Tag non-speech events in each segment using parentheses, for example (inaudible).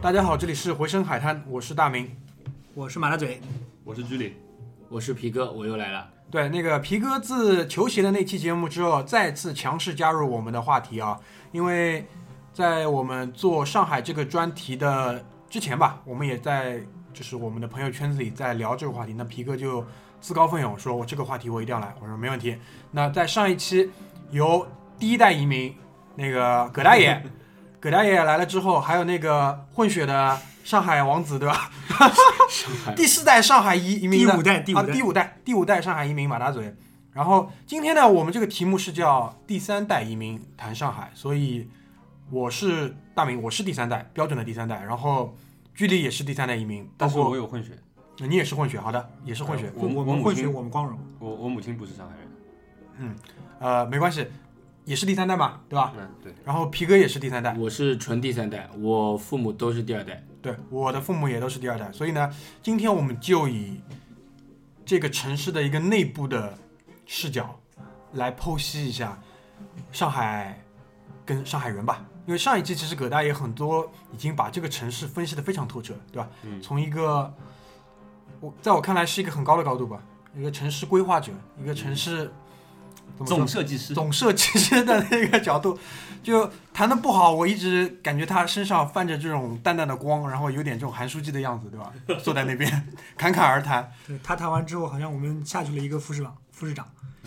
大家好，这里是回声海滩，我是大明。我是马大嘴，我是居里，我是皮哥，我又来了。对，那个皮哥自球鞋的那期节目之后，再次强势加入我们的话题啊，因为在我们做上海这个专题的之前吧，我们也在就是我们的朋友圈子里在聊这个话题，那皮哥就自告奋勇说，我这个话题我一定要来，我说没问题。那在上一期由第一代移民那个葛大 (laughs) 爷，葛大爷来了之后，还有那个混血的上海王子， (laughs) 对吧？上海第四代上海移移民第的五代，第五啊，代，第五代，第五代上海移民马大嘴。然后今天呢，我们这个题目是叫“第三代移民谈上海”，所以我是大明，我是第三代，标准的第三代。然后距离也是第三代移民，包但是我啊括有混血，你也是混血，好的，也是混血。我我我们母混血，亲我们光荣。我我母亲不是上海人，呃，没关系，也是第三代嘛，对吧？嗯，对，然后皮哥也是第三代，我是纯第三代，我父母都是第二代。对，我的父母也都是第二代，所以呢，今天我们就以这个城市的一个内部的视角来剖析一下上海跟上海人吧。因为上一期其实葛大爷很多已经把这个城市分析的非常透彻，对吧？嗯从一个我在我看来是一个很高的高度吧，一个城市规划者，一个城市怎么说总设计师，总设计师的那个角度， (laughs) 就谈的不好，我一直感觉他身上泛着这种淡淡的光，然后有点这种韩书记的样子，对吧？坐在那边侃侃而谈，对他谈完之后，好像我们下去了一个副市长，副市长。 (laughs)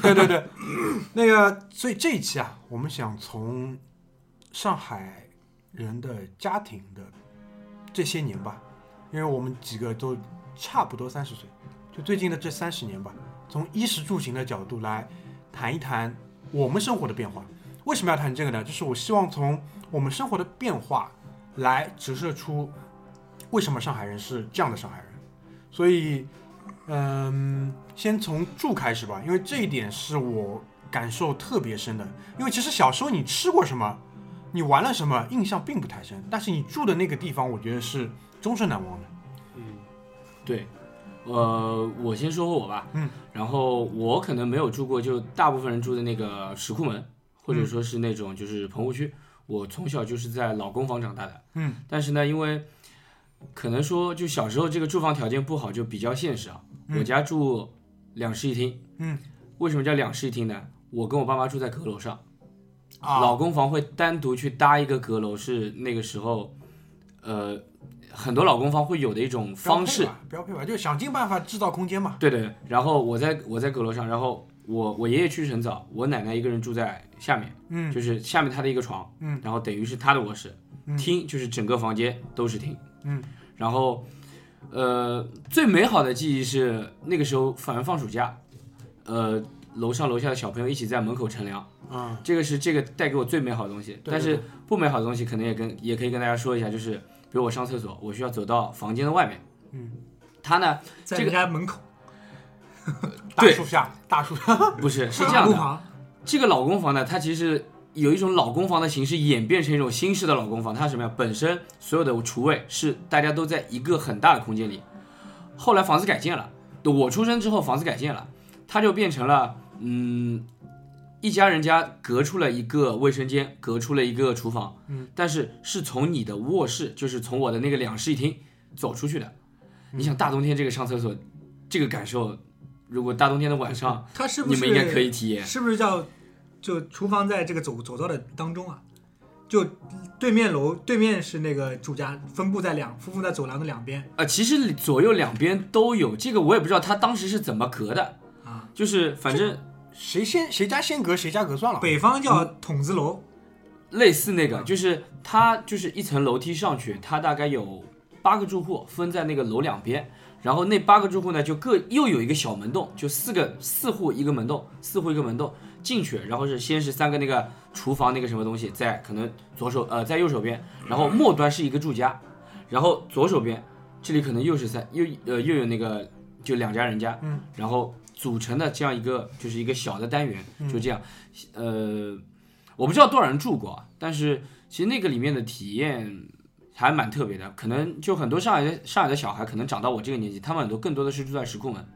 对对对，那个，所以这一期啊，我们想从上海人的家庭的这些年吧，因为我们几个都差不多三十岁，就最近的这三十年吧，从衣食住行的角度来谈一谈我们生活的变化。为什么要谈这个呢？就是我希望从我们生活的变化来折射出为什么上海人是这样的上海人。所以，嗯，先从住开始吧，因为这一点是我感受特别深的。因为其实小时候你吃过什么，你玩了什么，印象并不太深，但是你住的那个地方，我觉得是终身难忘的。对，呃，我先说我吧，嗯，然后我可能没有住过，就大部分人住的那个石库嗯门，或者说是那种就是棚户区，我从小就是在老公房长大的，嗯，但是呢，因为可能说就小时候这个住房条件不好，就比较现实啊，我家住两室一厅，嗯，为什么叫两室一厅呢？我跟我爸妈住在阁楼上，啊老公房会单独去搭一个阁楼，是那个时候，呃，很多老公房会有的一种方式，标配吧，就想尽办法制造空间嘛。对对，对然后我在我在阁楼上，然后我我爷爷去世很早，我奶奶一个人住在下面，嗯就是下面她的一个床，嗯，然后等于是她的卧室，嗯厅就是整个房间都是厅，嗯，然后呃最美好的记忆是那个时候反正放暑假，呃楼上楼下的小朋友一起在门口乘凉，啊，这个是这个带给我最美好的东西，对对但是不美好的东西可能也跟也可以跟大家说一下，就是比如我上厕所，我需要走到房间的外面，嗯，他呢在这人个家门口，大对树下，大树下，不是是这 (laughs) 样路的。旁这个老公房呢，它其实有一种老公房的形式演变成一种新式的老公房，它是什么呀？本身所有的厨卫是大家都在一个很大的空间里，后来房子改建了，我出生之后房子改建了，它就变成了嗯，一家人家隔出了一个卫生间，隔出了一个厨房，嗯，但是是从你的卧室，就是从我的那个两室一厅走出去的。你想大冬天这个上厕所，这个感受，如果大冬天的晚上，他是不你是们应该可以体验。是不是叫就厨房在这个走走道的当中啊？就对面楼对面是那个住家，分布在两分布在走廊的两边呃，其实左右两边都有，这个我也不知道他当时是怎么隔的，啊。就是反正谁先谁家先隔谁家隔算了。北方叫筒子楼，类似那个，就是它就是一层楼梯上去，它大概有八个住户分在那个楼两边，然后那八个住户呢就各又有一个小门洞，就四个四户一个门洞，四户一个门洞进去，然后是先是三个那个厨房那个什么东西在可能左手呃在右手边，然后末端是一个住家，然后左手边这里可能又是三又呃又有那个就两家人家，嗯，然后组成的这样一个就是一个小的单元，就这样，呃。我不知道多少人住过，啊，但是其实那个里面的体验还蛮特别的。可能就很多上海的上海的小孩，可能长到我这个年纪，他们很多更多的是住在石库门，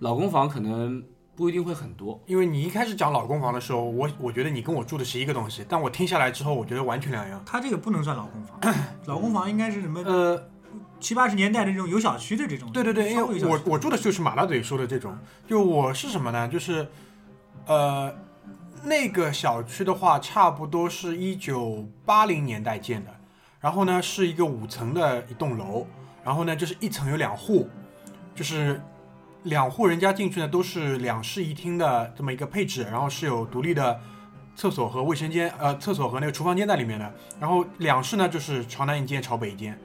老公房可能不一定会很多。因为你一开始讲老公房的时候，我我觉得你跟我住的是一个东西，但我听下来之后，我觉得完全两样。他这个不能算老公房，老公房应该是什么呃，七八十年代的这种有小区的这种，对对对，因稍微为有小我区我住的就是马大嘴说的这种，就我是什么呢？就是，呃，那个小区的话，差不多是一九八零年代建的，然后呢是一个五层的一栋楼，然后呢就是一层有两户，就是两户人家进去呢都是两室一厅的这么一个配置，然后是有独立的。厕所和卫生间，呃，厕所和那个厨房间在里面的，然后两室呢就是朝南一间，朝北一间，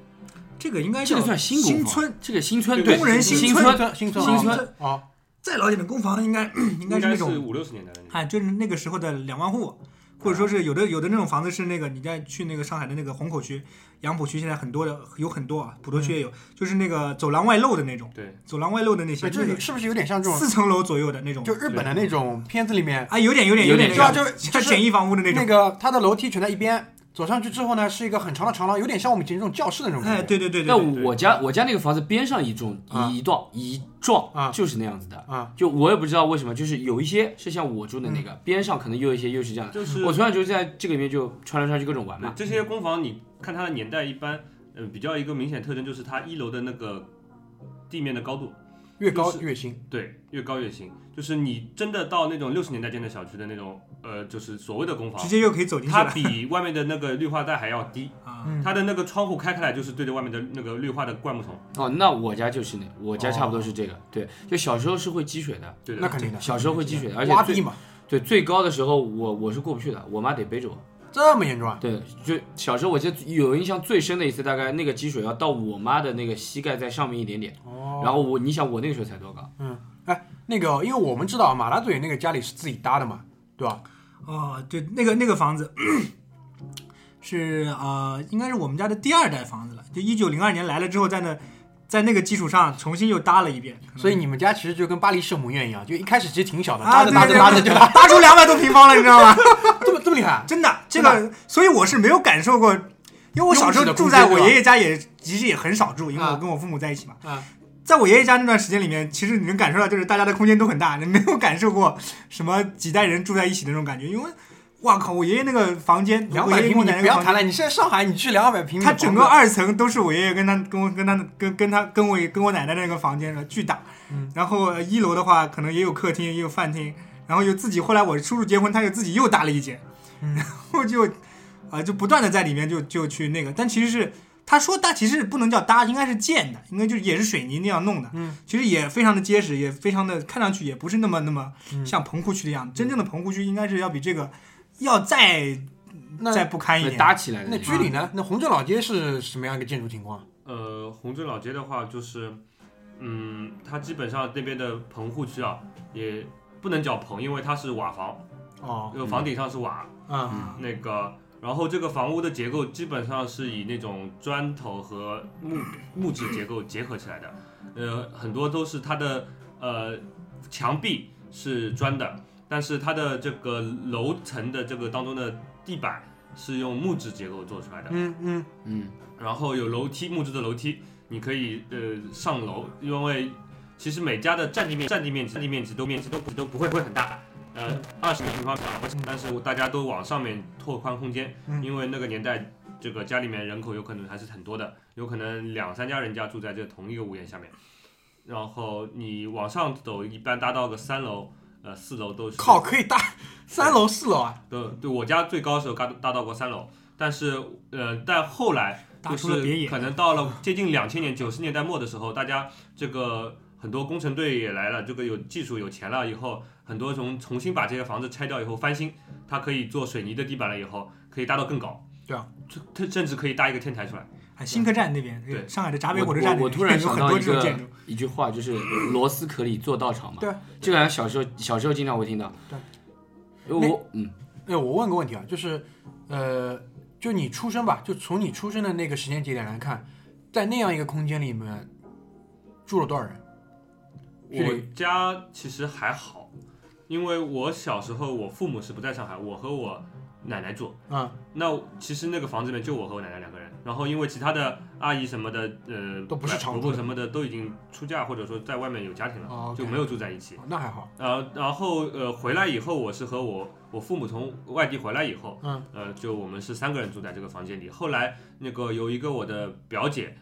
这个应该这个叫算新新公房村，这个新村对工人新新村村新村村新啊村啊，再老一点的公房应该应应该是那是啊种五六十年代的那种。哎，就是那个时候的两万户，或者说是有的有的那种房子是那个你在去那个上海的那个虹口区、杨浦区，现在很多的有很多啊，浦东区嗯也有，就是那个走廊外露的那种，对，走廊外露的那些，对，就就是是是不是有点哎像这种，四层楼左右的那种，就日本的那种片子里面，啊，有点有点有点点那像种，就是像简易房屋的那那种，个它的楼梯全在一边，走上去之后呢，是一个很长的长廊，有点像我们以前这种教室的那种感觉。哎，对对对对那对，对我家我家那个房子边上一幢啊一幢一幢啊就是那样子的，啊，就我也不知道为什么，就是有一些是像我住的那个边上，可能又有一些又是这样的。就是我从小就在这个里面就穿来穿去各种玩对嘛，这些公房，你看它的年代一般，呃，比较一个明显特征就是它一楼的那个地面的高度，越高就是越新。对，越高越新。就是你真的到那种六十年代建的小区的那种，呃，就是所谓的公房直，接又可以走进去它了比外面的那个绿化带还要低，啊，嗯，它的那个窗户开开来就是对着外面的那个绿化的灌木丛，哦，那我家就是那，我家差不多是这个，对，就小时候是会积水的，对那的，肯定的，小时候会积水的，而挖且地最嘛，对最高的时候我我是过不去的，我妈得背着我。这么严重啊？对，就小时候我记得有印象最深的一次，大概那个积水要到我妈的那个膝盖在上面一点点，哦，然后我你想我那个时候才多高？哎那个，因为我们知道马拉嘴那个家里是自己搭的嘛，对吧？哦，对，那个那个房子 (clears throat) 是啊、呃应该是我们家的第二代房子了，就一九零二年来了之后，在那在那个基础上重新又搭了一遍，可能所以你们家其实就跟巴黎圣母院一样，就一开始其实挺小的，搭嗯啊，着对搭着搭着对就对， (laughs) 搭出两百多平方了，你知道吗？这么这么厉害。啊真的，这真的个，所以我是没有感受过，因为我小时候住在我爷爷家也，其实也很少住，因为啊我跟我父母在一起嘛。啊在我爷爷家那段时间里面，其实你能感受到，就是大家的空间都很大，你没有感受过什么几代人住在一起的那种感觉，因为。哇靠！我爷爷那个房间，两我百爷爷平跟我米，奶你不奶那个要房谈了，你现在上海，你去两百平米的它房子，整个二层都是我爷爷跟他跟我跟他跟跟他跟我跟我奶奶那个房间了，巨大。嗯然后呃一楼的话，可能也有客厅，也有饭厅，然后又自己后来我叔叔结婚，他又自己又搭了一间，嗯 (laughs) 然后就啊、就不断的在里面就就去那个，但其实是他说搭，其实不能叫搭，应该是建的，应该就也是水泥那样弄的。嗯，其实也非常的结实，也非常的看上去也不是那么那么嗯像棚户区的样子。真正的棚户区应该是要比这个要再那再不堪一对，点。搭起来的那那种居里呢？那红镇老街是什么样一个建筑情况？啊呃，红镇老街的话，就是，嗯，它基本上那边的棚户区啊，也不能叫棚，因为它是瓦房，哦，呃，房顶上是瓦，嗯啊那个，然后这个房屋的结构基本上是以那种砖头和木木质结构结合起来的，呃，很多都是它的呃墙壁是砖的，但是它的这个楼层的这个当中的地板是用木质结构做出来的，嗯嗯，嗯，然后有楼梯，木质的楼梯，你可以呃上楼，因为其实每家的占地面占地面积占地面积都面积都都不会会很大，呃，二十平方米，但是我大家都往上面拓宽空间，嗯因为那个年代这个家里面人口有可能还是很多的，有可能两三家人家住在这同一个屋檐下面，然后你往上走，一般搭到个三楼。呃，四楼都是靠，可以搭 (laughs) 三楼四楼啊，对对，我家最高的时候搭搭到过三楼，但是呃，但后来搭就出了别是野可能到了接近两千年九十年代末的时候，大家这个很多工程队也来了，这个有技术有钱了以后，很多从重新把这些房子拆掉以后翻新，它可以做水泥的地板了以后，可以搭到更高，对啊这，它甚至可以搭一个天台出来。啊，新客站那边，对上海的闸北我火车我站那边 (laughs) 我突然有想很到多一这种建个筑。一句 (laughs) 话，就是螺丝壳里做道场嘛。对，这个好像小时候小时候经常会听到。对，因为我嗯，哎，我问个问题啊，就是，呃，就你出生吧，就从你出生的那个时间节点来看，在那样一个空间里面住了多少人？是我家其实还好，因为我小时候我父母是不在上海，我和我奶奶住，啊、那其实那个房子里面就我和我奶奶两个人，然后因为其他的阿姨什么的，呃，都不是常住的伯伯什么的都已经出嫁或者说在外面有家庭了，哦，OK 就没有住在一起。哦那还好，呃，然后呃回来以后，我是和我我父母从外地回来以后，嗯，呃，就我们是三个人住在这个房间里。后来那个有一个我的表姐，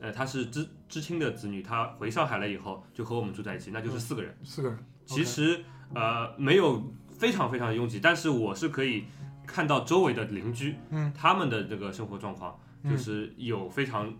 呃，她是知知青的子女，她回上海了以后就和我们住在一起，那嗯就是四个人。四个人。其实呃没有非常非常拥挤，但是我是可以看到周围的邻居，嗯，他们的这个生活状况，嗯就是有非常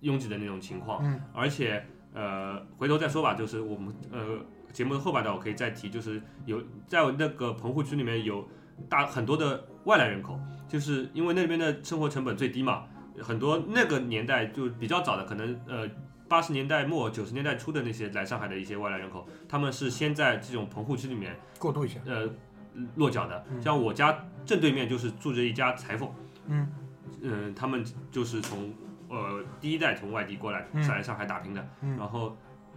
拥挤的那种情况，嗯，而且呃回头再说吧，就是我们呃节目的后半段我可以再提，就是有在我那个棚户区里面有大很多的外来人口，就是因为那边的生活成本最低嘛，很多那个年代就比较早的，可能呃八十年代末九十年代初的那些来上海的一些外来人口，他们是先在这种棚户区里面过渡一下，呃落脚的，嗯像我家正对面就是住着一家裁缝，嗯嗯、他们就是从呃第一代从外地过来嗯来上海打拼的，嗯然后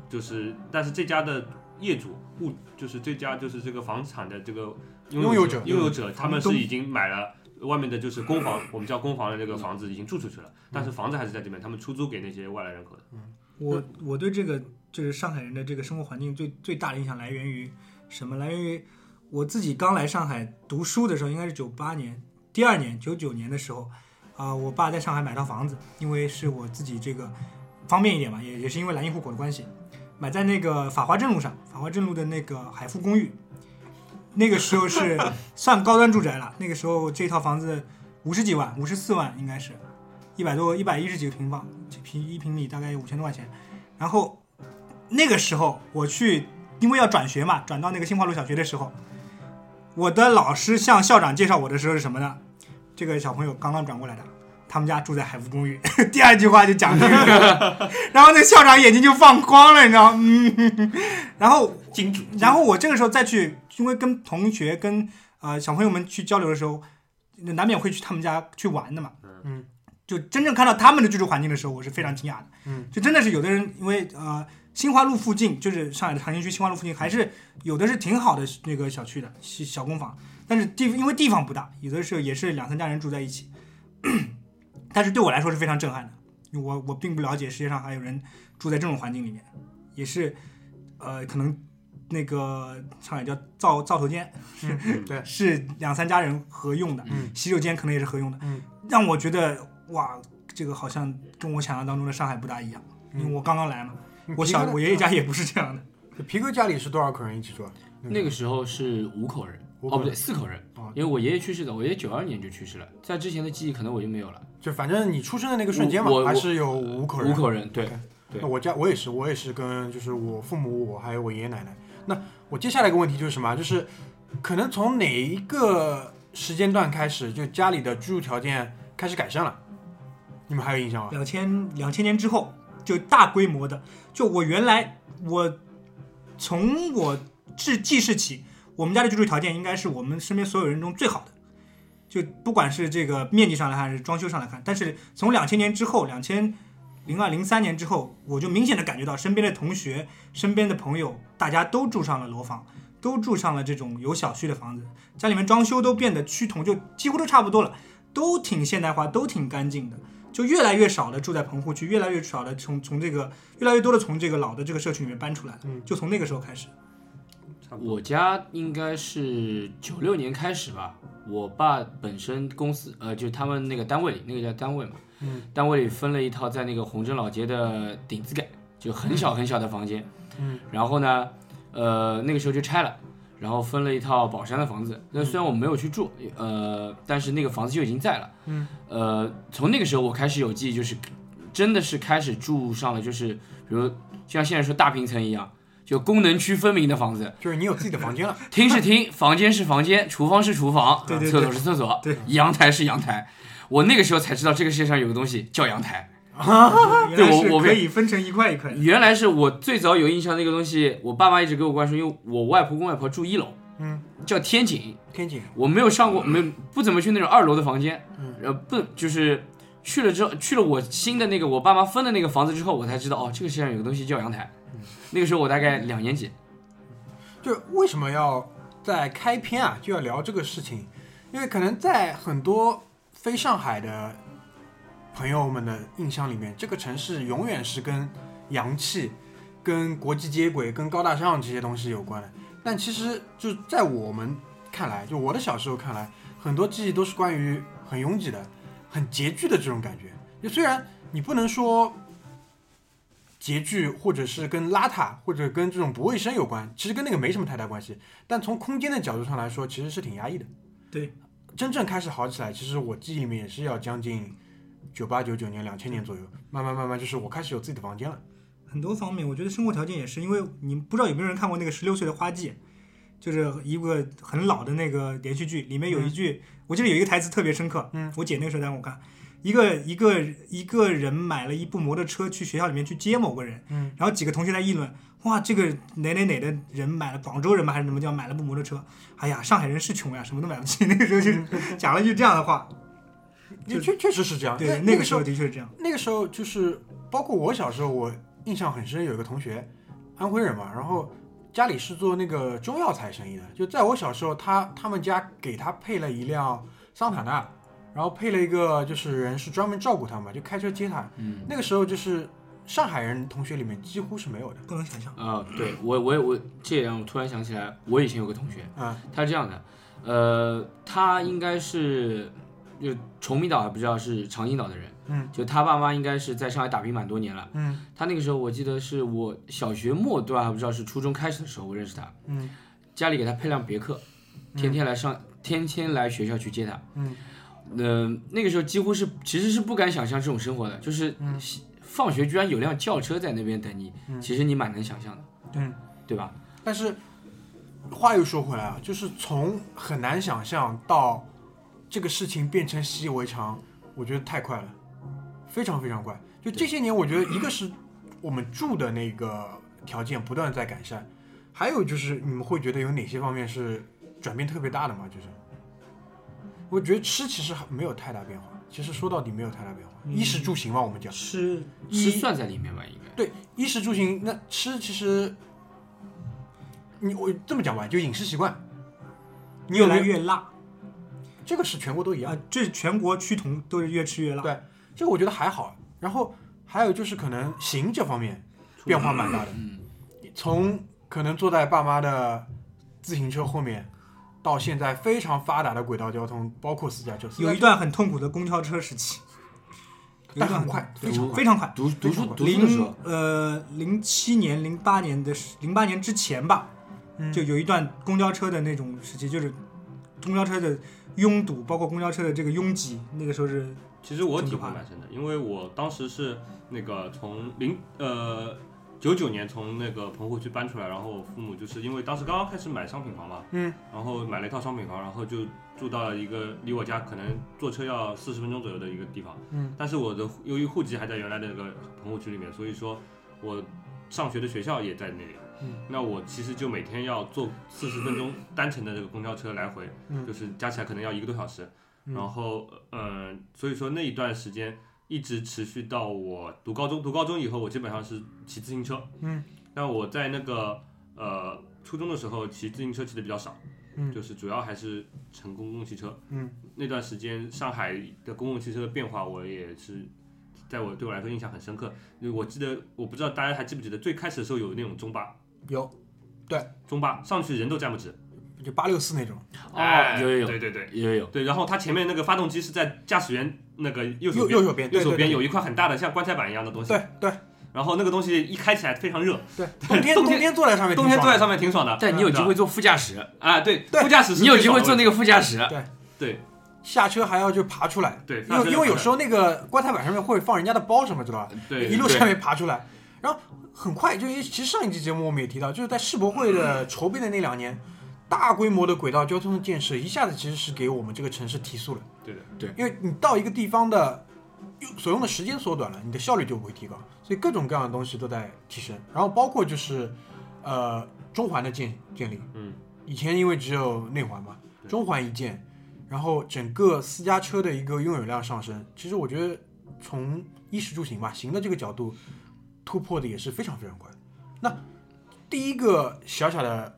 就是但是这家的业主物就是这家就是这个房产的这个拥拥有者者嗯拥有者，他们房东是已经买了。外面的就是公房，我们叫公房的那个房子已经住出去了，但嗯是房子还是在这边，他们出租给那些外来人口的。我我对这个就是上海人的这个生活环境最最大的影响来源于什么？来源于我自己刚来上海读书的时候，应该是九八年第二年九九年的时候，啊、我爸在上海买套房子，因为是我自己这个方便一点嘛，也也是因为蓝印户口的关系，买在那个法华镇路上，法华镇路的那个海富公寓，那个时候是 (laughs) 算高端住宅了，那个时候这套房子五十几万，五十四万应该是。一百多一百一十几个平方，几平一平米大概有五千多块钱。然后那个时候我去，因为要转学嘛，转到那个新华路小学的时候，我的老师向校长介绍我的时候是什么呢？这个小朋友刚刚转过来的，他们家住在海富公寓。 (laughs) 第二句话就讲这个， (laughs) 然后那个校长眼睛就放光了，你知道吗？ (laughs) 嗯，然后金主然后我这个时候再去，因为跟同学、跟呃小朋友们去交流的时候，难免会去他们家去玩的嘛。嗯，就真正看到他们的居住环境的时候，我是非常惊讶的。嗯，就真的是有的人因为呃新华路附近，就是上海的长兴区新华路附近，还是有的是挺好的那个小区的小小公房，但是地因为地方不大，有的时候也是两三家人住在一起。 (clears throat) 但是对我来说是非常震撼的，因为我我并不了解世界上还有人住在这种环境里面，也是呃可能那个上海叫灶灶头间，嗯对，是两三家人合用的，嗯洗手间可能也是合用的，嗯让我觉得哇，这个好像跟我想象当中的上海不大一样，嗯因为我刚刚来嘛，我小我爷爷家也不是这样的，啊皮哥家里是多少口人一起住啊？那个时候是五口人，五口哦人不对，四口人哦，因为我爷爷去世的，我爷爷九二年就去世了，在之前的记忆可能我就没有了。就反正你出生的那个瞬间嘛我，我还是有五口人。五口人，对，对那我家我也是，我也是跟就是我父母，我还有我爷爷奶奶。那我接下来一个问题就是什么啊？就是可能从哪一个时间段开始，就家里的居住条件开始改善了？你们还有印象吗？两千两千年之后就大规模的，就我原来我从我至记事起，我们家的居住条件应该是我们身边所有人中最好的，就不管是这个面积上来看还是装修上来看，但是从两千年之后，两千零二零三年之后，我就明显的感觉到身边的同学、身边的朋友，大家都住上了楼房。都住上了这种有小区的房子，家里面装修都变得趋同，就几乎都差不多了，都挺现代化，都挺干净的。就越来越少的住在棚户区，越来越少的从从这个越来越多的从这个老的这个社区里面搬出来了，嗯就从那个时候开始，差不多我家应该是九六年开始吧，我爸本身公司呃，就他们那个单位里，那个叫单位嘛，嗯，单位里分了一套在那个洪镇老街的顶子改，就很小很小的房间，嗯，然后呢，呃，那个时候就拆了。然后分了一套宝山的房子，那虽然我没有去住，呃，但是那个房子就已经在了。嗯，呃，从那个时候我开始有记忆，就是真的是开始住上了，就是比如像现在说大平层一样，就功能区分明的房子，就是你有自己的房间了，厅是厅，房间是房间，厨房是厨 (laughs) 房，对对对厕所是厕所，对，阳台是阳台。我那个时候才知道这个世界上有个东西叫阳台。原来是嗯我我可以分成一块一块的。原来是我最早有印象那个东西，我爸妈一直给我灌输，因为我外婆跟外婆住一楼，嗯，叫天井。天井。我没有上过，没有不怎么去那种二楼的房间，嗯呃，不就是去了之后，去了我新的那个我爸妈分的那个房子之后，我才知道哦，这个世界上有个东西叫阳台。嗯那个时候我大概两年级，就为什么要在开篇啊就要聊这个事情？因为可能在很多非上海的朋友们的印象里面，这个城市永远是跟洋气、跟国际接轨、跟高大上这些东西有关的。但其实就在我们看来，就我的小时候看来，很多记忆都是关于很拥挤的、很拮据的这种感觉。就虽然你不能说拮据，或者是跟邋遢，或者跟这种不卫生有关，其实跟那个没什么太大关系。但从空间的角度上来说，其实是挺压抑的。对，真正开始好起来，其实我记忆里面也是要将近九八九九年、两千年左右，慢慢慢慢就是我开始有自己的房间了。很多方面，我觉得生活条件也是，因为你不知道有没有人看过那个《十六岁的花季》，就是一个很老的那个连续剧，里面有一句，我记得有一个台词特别深刻，嗯，我姐那个时候带我看，一个一个一个人买了一部摩托车去学校里面去接某个人，嗯，然后几个同学在议论，哇，这个哪哪哪的人买了，广州人吧还是怎么叫，买了部摩托车，哎呀，上海人是穷呀，什么都买不起，那 (laughs) 个时候就讲了一句这样的话，也确确实是这样。对，嗯啊那那个时时候候的确是这样，那个时候就是包括我小时候，我印象很深，有一个同学，安徽人嘛，然后家里是做那个中药材生意的，就在我小时候，他他们家给他配了一辆桑塔纳，然后配了一个就是人是专门照顾他嘛，就开车接他。嗯，那个时候就是上海人同学里面几乎是没有的，不能想象，啊、对我我我这也让我突然想起来，我以前有个同学，嗯他是这样的，呃，他应该是就崇明岛还不知道是长兴岛的人，嗯，就他爸妈应该是在上海打拼蛮多年了，嗯他那个时候我记得是我小学末段还不知道是初中开始的时候，我认识他，嗯，家里给他配辆别克，天天来上，天天来学校去接他，嗯，呃，那个时候几乎是其实是不敢想象这种生活的，就是、嗯放学居然有辆轿车在那边等你，其实你蛮能想象的，嗯，对吧？但是话又说回来啊，就是从很难想象到这个事情变成习以为常，我觉得太快了，非常非常快。就这些年，我觉得一个是我们住的那个条件不断地在改善，还有就是你们会觉得有哪些方面是转变特别大的吗？就是我觉得吃其实还没有太大变化，其实说到底没有太大变化，衣食住行嘛，我们讲。吃吃算在里面吧，应该。对，衣食住行，那吃其实，你我这么讲吧，就饮食习惯，你有越没来有？越辣这个是全国都一样啊，，这全国趋同都是越吃越辣。对这个我觉得还好。然后还有就是可能行这方面变化蛮大的，嗯嗯从可能坐在爸妈的自行车后面，到现在非常发达的轨道交通，包括私家车，私家有一车段很痛苦的公交车时期，有一但段很快，对非常快，非常快。读读书读书的时零嗯候，呃零七年零八年的零八年之前吧，嗯就有一段公交车的那种时期，就是公交车的拥堵，包括公交车的这个拥挤，那个时候是其实我体挺可会怕的蛮深的，因为我当时是那个从零呃九九年从那个棚户区搬出来，然后我父母就是因为当时刚刚开始买商品房嘛，嗯，然后买了一套商品房，然后就住到了一个离我家可能坐车要四十分钟左右的一个地方，嗯，但是我的由于户籍还在原来的那个棚户区里面，所以说我上学的学校也在那里。嗯，那我其实就每天要坐四十分钟单程的这个公交车来回，嗯就是加起来可能要一个多小时。嗯然后，嗯、所以说那一段时间一直持续到我读高中。读高中以后，我基本上是骑自行车。嗯，那我在那个呃初中的时候骑自行车骑的比较少，嗯就是主要还是乘公共汽车。嗯，那段时间上海的公共汽车的变化，我也是。在我对我来说印象很深刻，因为我记得我不知道大家还记不记得，最开始的时候有那种中巴，有中巴上去人都站不直。就八六四那种，啊哦，有有有哎对对对有有有，对，然后它前面那个发动机是在驾驶员那个右手右边。右手边，右对手边，对有一块很大的像棺材板一样的东西，对对然后那个东西一开起来非常热，对，冬天冬冬天天坐在上面挺冬爽的，天坐在上面挺爽的。但你有机对会吧坐副驾驶，啊？对，对副驾驶是你有机会坐那个个副驾驶，对下车还要就爬出来，对，因为因为有时候候那个棺材板上面会放人家的包什么，知道吧？对一路对上面爬出来，然后很快就因为其实上一期节目我们也提到，就是在世博会的筹备的那两年，大规模的轨道交通的建设一下子其实是给我们这个城市提速了。对的因为你到一个地方的用所用的时间缩短了，你的效率就不会提高，所以各种各样的东西都在提升。然后包括就是呃中环的建建立，嗯，以前因为只有内环嘛，对中环一建，然后整个私家车的一个拥有量上升，其实我觉得从衣食住行吧，行的这个角度突破的也是非常非常快。那第一个小小的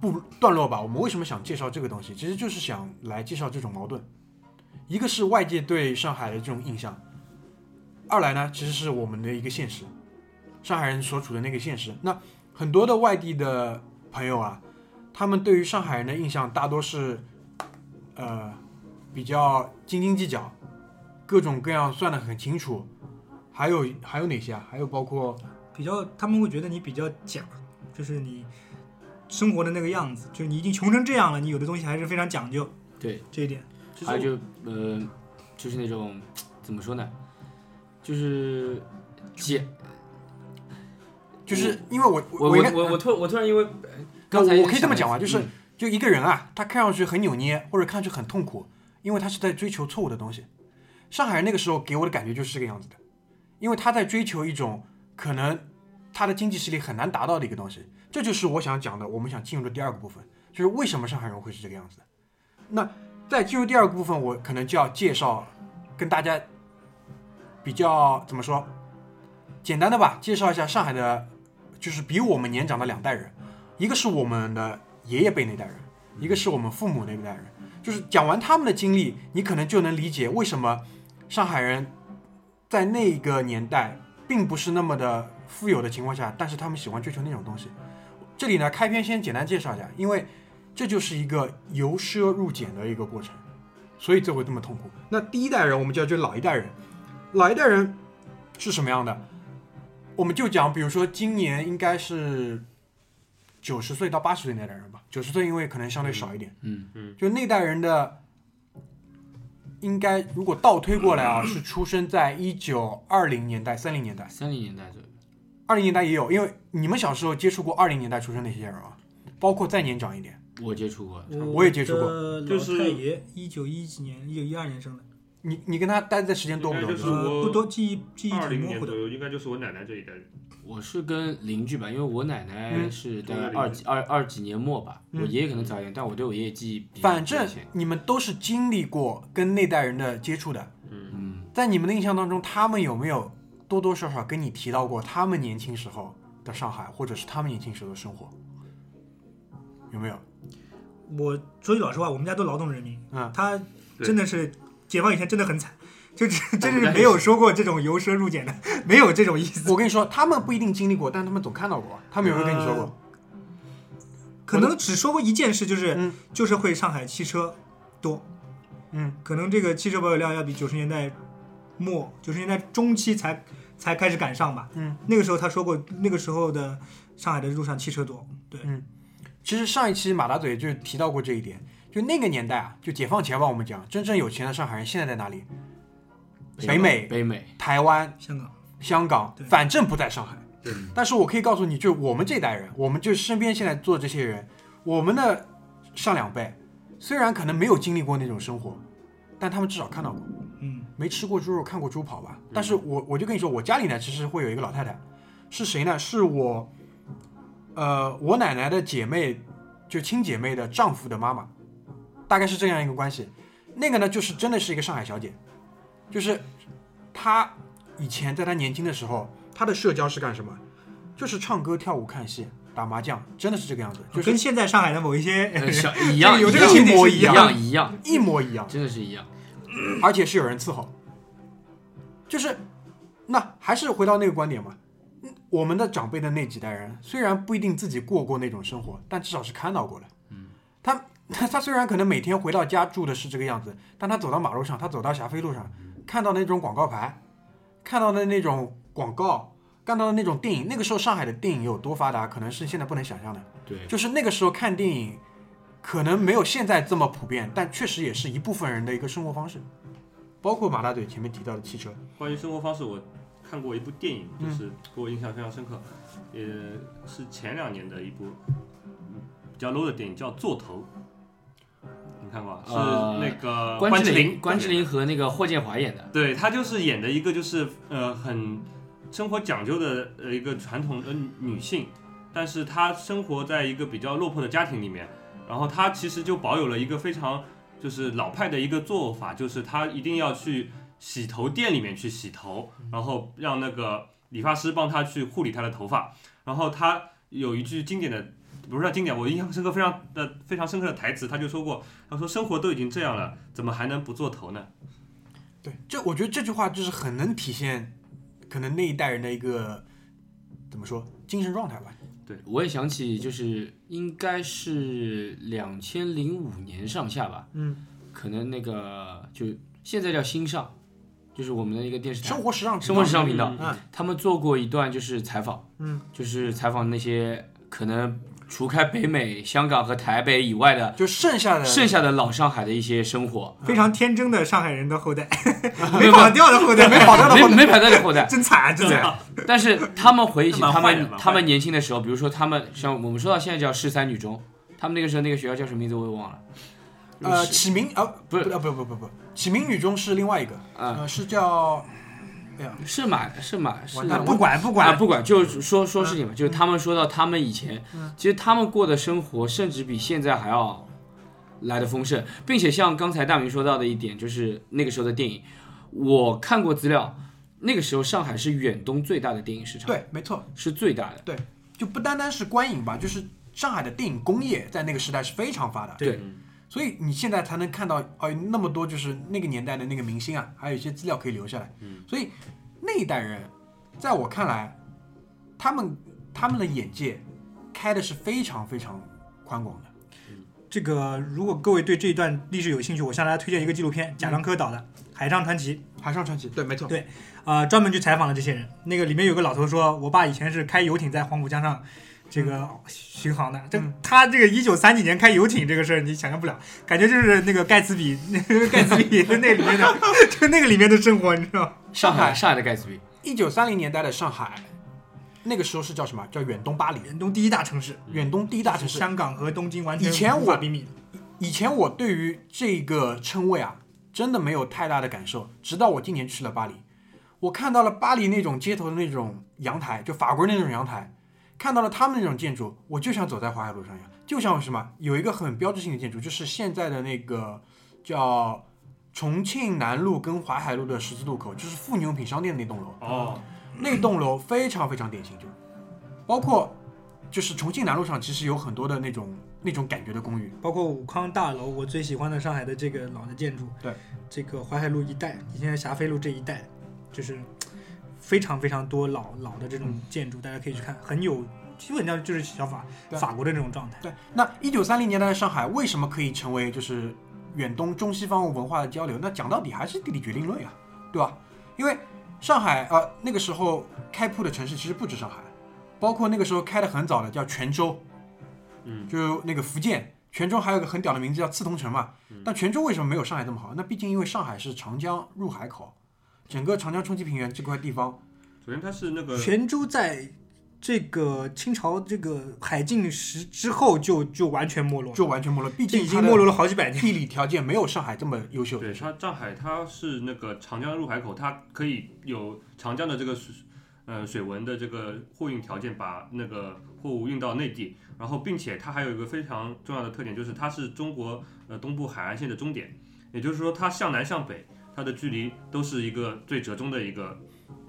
部段落吧，我们为什么想介绍这个东西，其实就是想来介绍这种矛盾。一个是外界对上海的这种印象，二来呢，其实是我们的一个现实，上海人所处的那个现实。那很多的外地的朋友啊，他们对于上海人的印象大多是，呃，比较斤斤计较，各种各样算得很清楚。还有还有哪些啊？还有包括比较他们会觉得你比较假，就是你生活的那个样子，就是你已经穷成这样了，你有的东西还是非常讲究对，这一点。其实还我有就呃，就是那种怎么说呢，就是姐，就是因为我我我我应该我我突我突然因为呃刚我才我可以这么讲啊，想了一嗯就下是就一个人啊，他看上去很扭捏，或者看上去很痛苦，因为他是在追求错误的东西。上海人那个时候给我的感觉就是这个样子的，因为他在追求一种可能他的经济实力很难达到的一个东西。这就是我想讲的，我们想进入的第二个部分，就是为什么上海人会是这个样子的。那在进入第二个部分，我可能就要介绍跟大家比较怎么说，简单的吧，介绍一下上海的，就是比我们年长的两代人。一个是我们的爷爷辈那代人，一个是我们父母那代人。就是讲完他们的经历，你可能就能理解为什么上海人在那个年代并不是那么的富有的情况下，但是他们喜欢追求那种东西。这里呢，开篇先简单介绍一下，因为这就是一个由奢入俭的一个过程，所以这会这么痛苦。那第一代人，我们就要追老一代人，老一代人是什么样的？我们就讲，比如说今年应该是九十岁到八十岁那代人吧，九十岁因为可能相对少一点，嗯嗯，就那代人的，应该如果倒推过来啊，是出生在一九二零年代、三零年代，三零年代左右，二零年代也有，因为你们小时候接触过二零年代出生那些人啊，包括再年长一点，我接触过，我也接触过过就是太爷一九一几年，一九一二年生的，你你跟他待的时间多不多？应该就是呃，我不多，记忆记忆二挺零模年糊的左。右应该就是我奶奶这一代人，我是跟邻居吧，因为我奶奶嗯是大同概一个二邻几二二几年末吧，我嗯爷爷可能早一点，但我对我爷爷记忆比反较正浅你们都是经历过跟那代人的接触的，嗯，嗯，在你们的印象当中，他们有没有多多少少跟你提到过他们年轻时候的上海，或者是他们年轻时候的生活？有没有？我说句老实话，我们家都劳动人民，嗯，他对真的是解放以前真的很惨，就真真我是们家也是没有说过这种由奢入俭的，没有这种意思。我跟你说，他们不一定经历过，但他们总看到过。他们有没有跟你说呃过？可能只说过一件事，就是、嗯就是会上海汽车多，嗯，可能这个汽车保有量要比九十年代末、九十年代中期才才开始赶上吧。嗯，那个时候他说过，那个时候的上海的路上汽车多，对，其实上一期马大嘴就提到过这一点，就那个年代啊，就解放前吧，我们讲真正有钱的上海人现在在哪里？北美北美，台湾、香港香港对，反正不在上海嗯对。但是我可以告诉你，就我们这代人，我们就身边现在做这些人，我们的上两辈，虽然可能没有经历过那种生活，但他们至少看到过。嗯，没吃过猪肉看过猪跑吧？但是我我就跟你说，我家里呢其实会有一个老太太，是谁呢？是我，呃，我奶奶的姐妹，就亲姐妹的丈夫的妈妈，大概是这样一个关系。那个呢，就是真的是一个上海小姐，就是她以前在她年轻的时候，她的社交是干什么？就是唱歌、跳舞、看戏、打麻将，真的是这个样子，就是跟现在上海的某一些 (laughs) 呃人小一样，有这个一情样节是一一样样一样，一模一样。真的是一样，而且是有人伺候。就是，那还是回到那个观点嘛，嗯我们的长辈的那几代人，虽然不一定自己过过那种生活，但至少是看到过的。嗯，他 (laughs) 他虽然可能每天回到家住的是这个样子，但他走到马路上，他走到霞飞路上，看到那种广告牌，看到的那种广告，看到的那种电影，那个时候上海的电影有多发达，可能是现在不能想象的。对，就是那个时候看电影，可能没有现在这么普遍，但确实也是一部分人的一个生活方式，包括马大嘴前面提到的汽车。关于生活方式，我看过一部电影，嗯就是给我印象非常深刻，呃，是前两年的一部嗯比较 low 的电影，叫《座头》，你看过啊？是呃那个关之之琳，关之琳和那个霍建华演的，对他就是演的一个就是呃很生活讲究的呃一个传统的女女性，但是她生活在一个比较落魄的家庭里面，然后她其实就保有了一个非常就是老派的一个做法，就是她一定要去洗头店里面去洗头，然后让那个理发师帮她去护理她的头发，然后她有一句经典的不是经典，我印象深刻非常的非常深刻的台词，他就说过，他说生活都已经这样了，怎么还能不做头呢？对，这我觉得这句话就是很能体现可能那一代人的一个怎么说精神状态吧。我也想起，就是应该是两千零五年上下吧，嗯，可能那个就现在叫新尚，就是我们的一个电视台生活时尚频生道活时尚频道，嗯他们做过一段就是采访，嗯，就是采访那些可能除开北美、香港和台北以外的就剩下的剩下的老上海的一些生活，非啊常天真的上海人的 (laughs) 后代，没跑掉的后代，没跑掉没没排在这后代，真惨，啊真惨。但是他们回忆起蛮他坏的们蛮坏的他们年轻的时候，比如说他们像我们说到现在叫十三女中，他们那个时候那个学校叫什么名字我也忘了，呃启明呃不是呃不不不不启明女中是另外一个，嗯呃是叫是马是马是完蛋不管不啊管不管，就是说说事情嘛，就是他们说到他们以前，其实他们过的生活甚至比现在还要来的丰盛，并且像刚才大明说到的一点，就是那个时候的电影，我看过资料，那个时候上海是远东最大的电影市场，对，没错，是最大的。就不单单是观影吧，就是上海的电影工业在那个时代是非常发达的。对所以你现在才能看到，哎，那么多就是那个年代的那个明星啊，还有一些资料可以留下来。嗯，所以那一代人，在我看来，他们他们的眼界开的是非常非常宽广的。这个如果各位对这一段历史有兴趣，我向大家推荐一个纪录片，贾樟柯导的《海上传奇》，海上传奇，对，没错对啊，专门去采访了这些人。那个里面有个老头说，我爸以前是开游艇在黄浦江上这个巡航的。这嗯他这个一九三几年开游艇这个事儿，你想象不了，感觉就是那个盖茨比，那个盖茨比就那里 (laughs) 面的，就那个里面的生活，你知道吗？上上海海上海的盖茨比，一九三零年代的上海，那个时候是叫什么？叫远东巴黎，远东第一大城市，远东第一大城市。香港和东京完全以前我无法比拟。以前我对于这个称谓啊，真的没有太大的感受，直到我今年去了巴黎，我看到了巴黎那种街头的那种阳台，就法国人那种阳台，看到了他们那种建筑，我就想走在淮海路上一样，就像什么有一个很标志性的建筑，就是现在的那个叫重庆南路跟淮海路的十字路口，就是妇女用品商店的那栋楼，哦，那栋楼非常非常典型，就包括就是重庆南路上其实有很多的那种那种感觉的公寓，包括武康大楼，我最喜欢的上海的这个老的建筑，对，这个淮海路一带，以前的霞飞路这一带，就是非常非常多老老的这嗯种建筑，大家可以去看，很有，基本上就是小法对法国的这种状态。对，那一九三零年代的上海为什么可以成为就是远东中西方文化的交流？那讲到底还是地理决定论呀，对吧？因为上海呃那个时候开铺的城市其实不止上海，包括那个时候开的很早的叫泉州，嗯，就是那个福建泉州还有个很屌的名字叫刺桐城嘛。嗯但泉州为什么没有上海这么好？那毕竟因为上海是长江入海口，整个长江冲积平原这块地方，首先他是那个泉州在这个清朝这个海禁时之后就就完全没落了，就完全没落。毕这竟已经它的没落了好几百年。地理条件没有上海这么优秀。对，它上海它是那个长江入海口，它可以有长江的这个水，呃，水文的这个货运条件，把那个货物运到内地。然后，并且它还有一个非常重要的特点，就是它是中国呃东部海岸线的终点，也就是说，它向南向北，它的距离都是一个最折中的一个。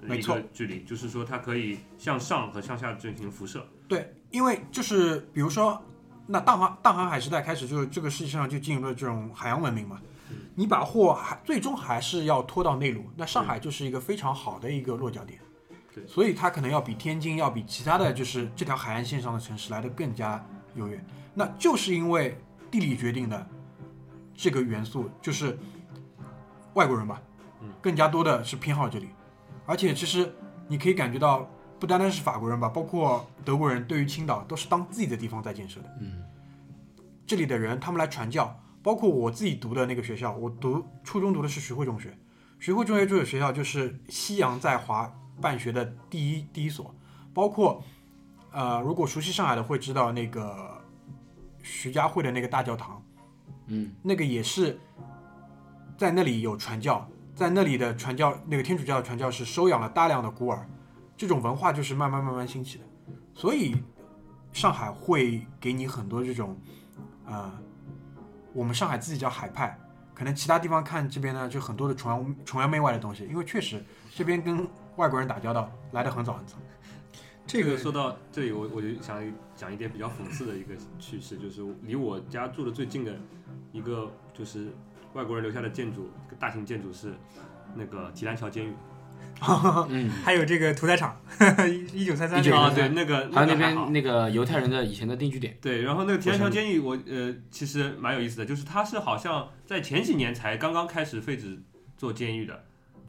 没一错个距离，就是说它可以向上和向下进行辐射。对，因为就是比如说，那大航大航海时代开始，就是这个世界上就进入了这种海洋文明嘛。你把货还最终还是要拖到内陆，那上海就是一个非常好的一个落脚点。对所以它可能要比天津，要比其他的就是这条海岸线上的城市来的更加优越。那就是因为地理决定的这个元素，就是外国人吧，更加多的是偏好这里，而且其实你可以感觉到不单单是法国人吧，包括德国人，对于青岛都是当自己的地方在建设的。嗯，这里的人他们来传教，包括我自己读的那个学校，我读初中读的是徐汇中学，徐汇中学这个学校就是西洋在华办学的第一第一所，包括呃，如果熟悉上海的会知道那个徐家汇的那个大教堂，嗯，那个也是在那里有传教，在那里的传教那个天主教的传教士收养了大量的孤儿。这种文化就是慢慢慢慢兴起的，所以上海会给你很多这种，呃，我们上海自己叫海派，可能其他地方看这边呢就很多的崇 (laughs) 洋崇洋媚外的东西，因为确实这边跟外国人打交道来的很早很早，这个说到这里，我我就想讲一点比较讽刺的一个趣事，就是离我家住的最近的一个就是外国人留下的建筑，一个大型建筑是那个提篮桥监狱嗯，还有这个屠宰场， (laughs) 一九三三对啊，对，对那个还有那个好边那个犹太人的以前的定居点，对，然后那个提篮桥我想监狱，我呃其实蛮有意思的，就是它是好像在前几年才刚刚开始废止做监狱的，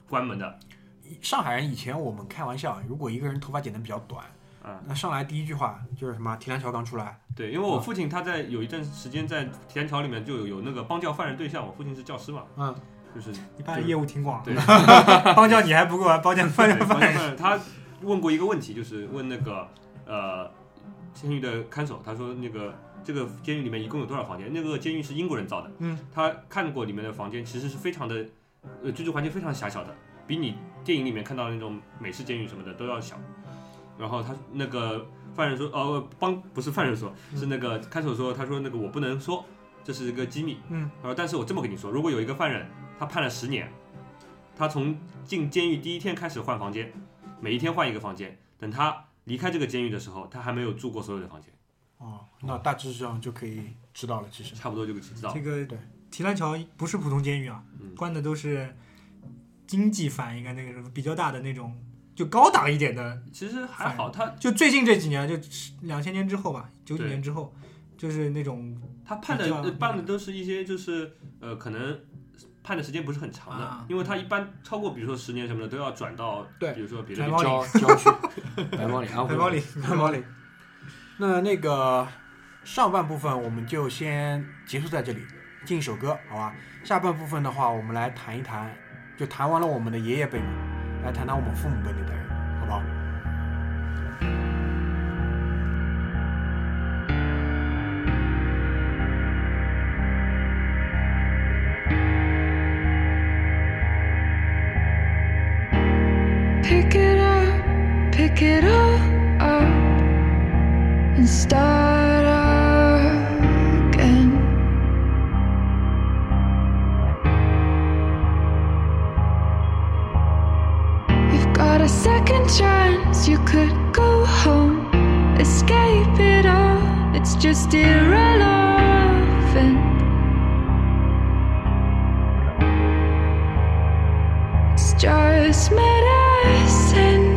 关门的，上海人以前我们开玩笑，如果一个人头发剪得比较短，啊那上来第一句话就是什么“提篮桥刚出来对，因为啊我父亲他在有一段时间在提篮桥里面就有有那个帮教犯人对象，我父亲是教师嘛，”，啊嗯，就是你爸就的是业务挺广，对，包教你还不够啊，包教包教对帮教犯人他问过一个问题，就是问那个呃监狱的看守，他说那个这个监狱里面一共有多少房间？那个监狱是英国人造的，嗯，他看过里面的房间，其实是非常的呃居住环境非常狭小的，比你电影里面看到的那种美式监狱什么的都要小。然后他那个犯人说，哦，帮不是犯人说，嗯是那个看守说，他说那个我不能说，这是一个机密。嗯，他说但是我这么跟你说，如果有一个犯人他判了十年，他从进监狱第一天开始换房间，每一天换一个房间，等他离开这个监狱的时候，他还没有住过所有的房间， (laughs) 哦，那大致上就可以知道了。其实差不多就知道这。个对提篮桥不是普通监狱啊，嗯关的都是经济犯，应啊该那个什么比较大的那种，就高档一点的。其实还好，他就最近这几年，就两千年之后吧，九几对年之后，就是那种他判的这样呃判的都是一些就是呃可能判的时间不是很长的，啊因为他一般超过比如说十年什么的都要转到对比如说别的白地猫方。郊郊区，白毛里，安白徽毛里，白毛里，那那个上半部分我们就先结束在这里，进一首歌，好吧？下半部分的话，我们来谈一谈，就谈完了我们的爷爷辈们，来谈谈我们父母辈那代人，好不好？ Pick it up, pick it all up, and start again. You've got a second chance, you could go home, escape it all, it's just irrelevant. It's just medicine.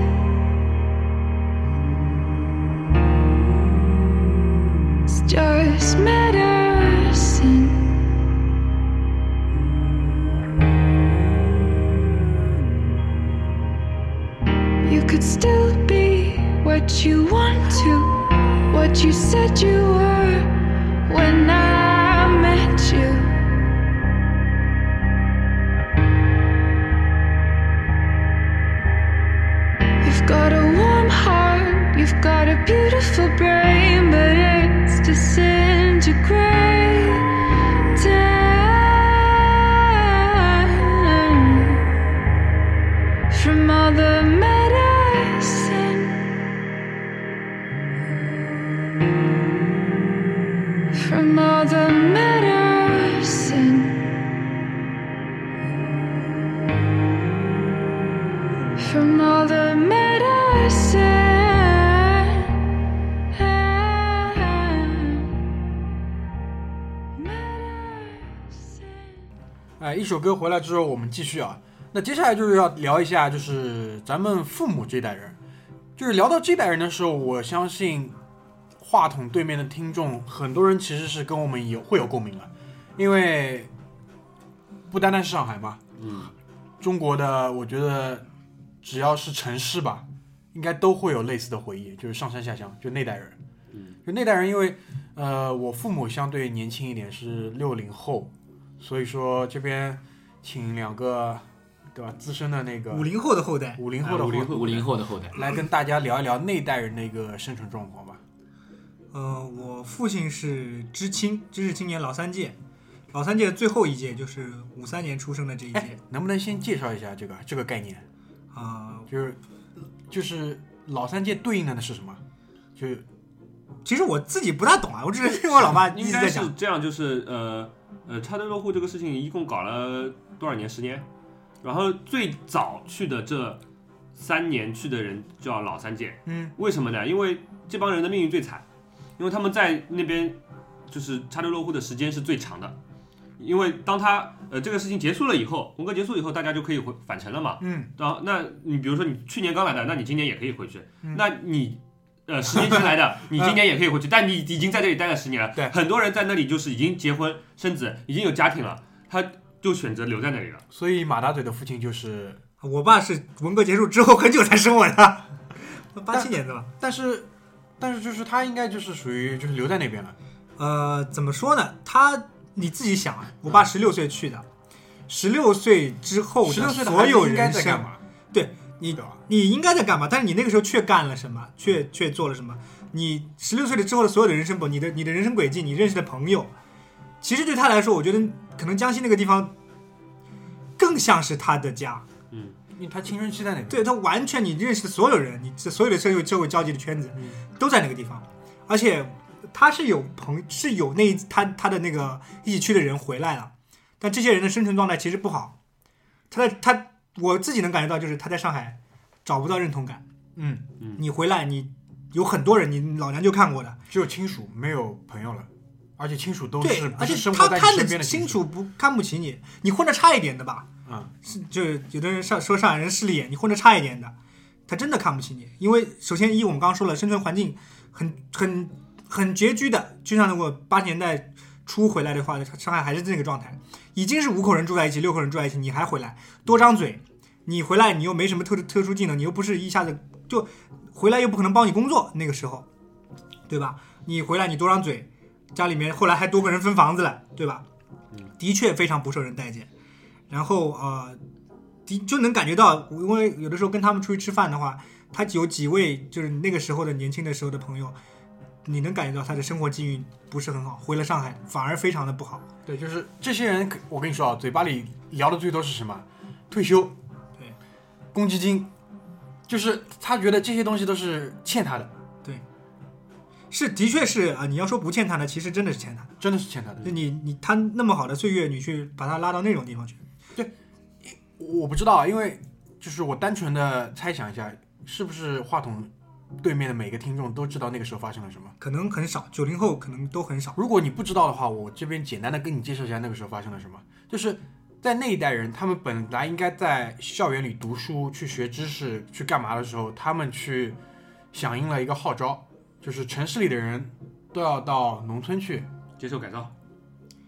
It's just medicine. You could still be what you want to, what you said you were when I met you. You've got a warm heart, you've got a beautiful brain, but it's disintegrating. From all the medicine, from all the medicine. from all the medicine. medicine. 哎，一首歌回来之后，我们继续啊。那接下来就是要聊一下，就是咱们父母这代人。就是聊到这代人的时候，我相信话筒对面的听众很多人其实是跟我们有会有共鸣的，因为不单单是上海嘛，嗯，中国的我觉得只要是城市吧，应该都会有类似的回忆，就是上山下乡，就那代人。嗯，就那代人，因为呃，我父母相对年轻一点，是六零后，所以说这边请两个对吧资深的那个五零后的后代。五零后的哎50后五零后的后代，来跟大家聊一聊那代人的一个生存状况吧。呃，我父亲是知青，知识青年老三届，老三届的最后一届就是五三年出生的这一哎届，能不能先介绍一下这个这个概念？啊、就是就是老三届对应的是什么？就是其实我自己不大懂啊，我只 (laughs) 是听我老爸一应直该在是讲，这样，就是呃呃插队落户这个事情一共搞了多少年？十年。然后最早去的这三年去的人叫老三届，嗯，为什么呢？因为这帮人的命运最惨，因为他们在那边就是插队落户的时间是最长的。因为当他呃这个事情结束了以后，文革结束以后，大家就可以回返程了嘛。嗯，然后那你比如说你去年刚来的，那你今年也可以回去。嗯那你呃十年前来的，你今年也可以回去，但你已经在这里待了十年了。对很多人在那里就是已经结婚生子，已经有家庭了，他就选择留在那里了。所以马大嘴的父亲就是，我爸是文革结束之后很久才生我的，八七年的吧。但是但是就是他应该就是属于就是留在那边了，呃，怎么说呢？他你自己想啊，我爸十六岁去的，十六岁之后嗯十六岁的所有孩子应该人在干生，嘛？对你对吧嗯你应该在干嘛？但是你那个时候却干了什么？却却做了什么？你十六岁的之后的所有的人生轨，你的你的人生轨迹，你认识的朋友，其实对他来说，我觉得可能江西那个地方更像是他的家。嗯，因为他青春期在那边，对他完全你认识的所有人，你这所有的社会社会交际的圈子嗯，都在那个地方，而且他是有朋是有那一他他的那个一起去的人回来了，但这些人的生存状态其实不好，他在他我自己能感觉到就是他在上海找不到认同感，嗯，你回来你有很多人你老娘就看过的，只有亲属没有朋友了，而且亲属都对是，而不是且生他活在你看身边得的清属，楚不看不起你，你混的差一点的吧，嗯，是就是有的人上说上海人势利眼，你混的差一点的，他真的看不起你，因为首先一我们刚刚说了，生存环境很很很拮据的，就像如果八十年代初回来的话，上海还是那个状态，已经是五口人住在一起，六口人住在一起，你还回来，多张嘴，你回来你又没什么特特殊技能，你又不是一下子就回来又不可能帮你工作，那个时候，对吧？你回来你多张嘴，家里面后来还多个人分房子了，对吧？的确非常不受人待见。然后呃，的就能感觉到，因为有的时候跟他们出去吃饭的话，他有几位就是那个时候的年轻的时候的朋友，你能感觉到他的生活境遇不是很好，回了上海反而非常的不好。对，就是这些人可，我跟你说啊，嘴巴里聊的最多是什么？退休，对，公积金，就是他觉得这些东西都是欠他的，是，的确是啊、你要说不欠他的，其实真的是欠他的。真的是欠他的就。你你他那么好的岁月，你去把他拉到那种地方去，我不知道，啊，因为就是我单纯的猜想一下，是不是话筒对面的每个听众都知道那个时候发生了什么？可能很少，九零后可能都很少。如果你不知道的话，我这边简单的跟你介绍一下那个时候发生了什么。就是在那一代人，他们本来应该在校园里读书、去学知识、去干嘛的时候，他们去响应了一个号召，就是城市里的人都要到农村去接受改造。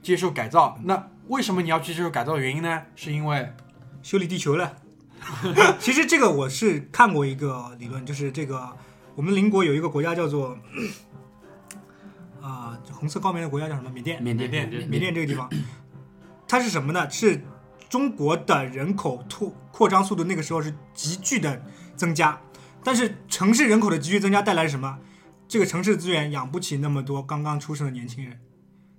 接受改造。那为什么你要去接受改造的原因呢？是因为修理地球了。 (laughs) 其实这个我是看过一个理论，就是这个我们邻国有一个国家叫做啊、就红色高棉的国家叫什么？缅甸。缅甸缅甸缅甸这个地方，它是什么呢？是中国的人口拓扩张速度那个时候是急剧的增加，但是城市人口的急剧增加带来了什么？这个城市资源养不起那么多刚刚出生的年轻人，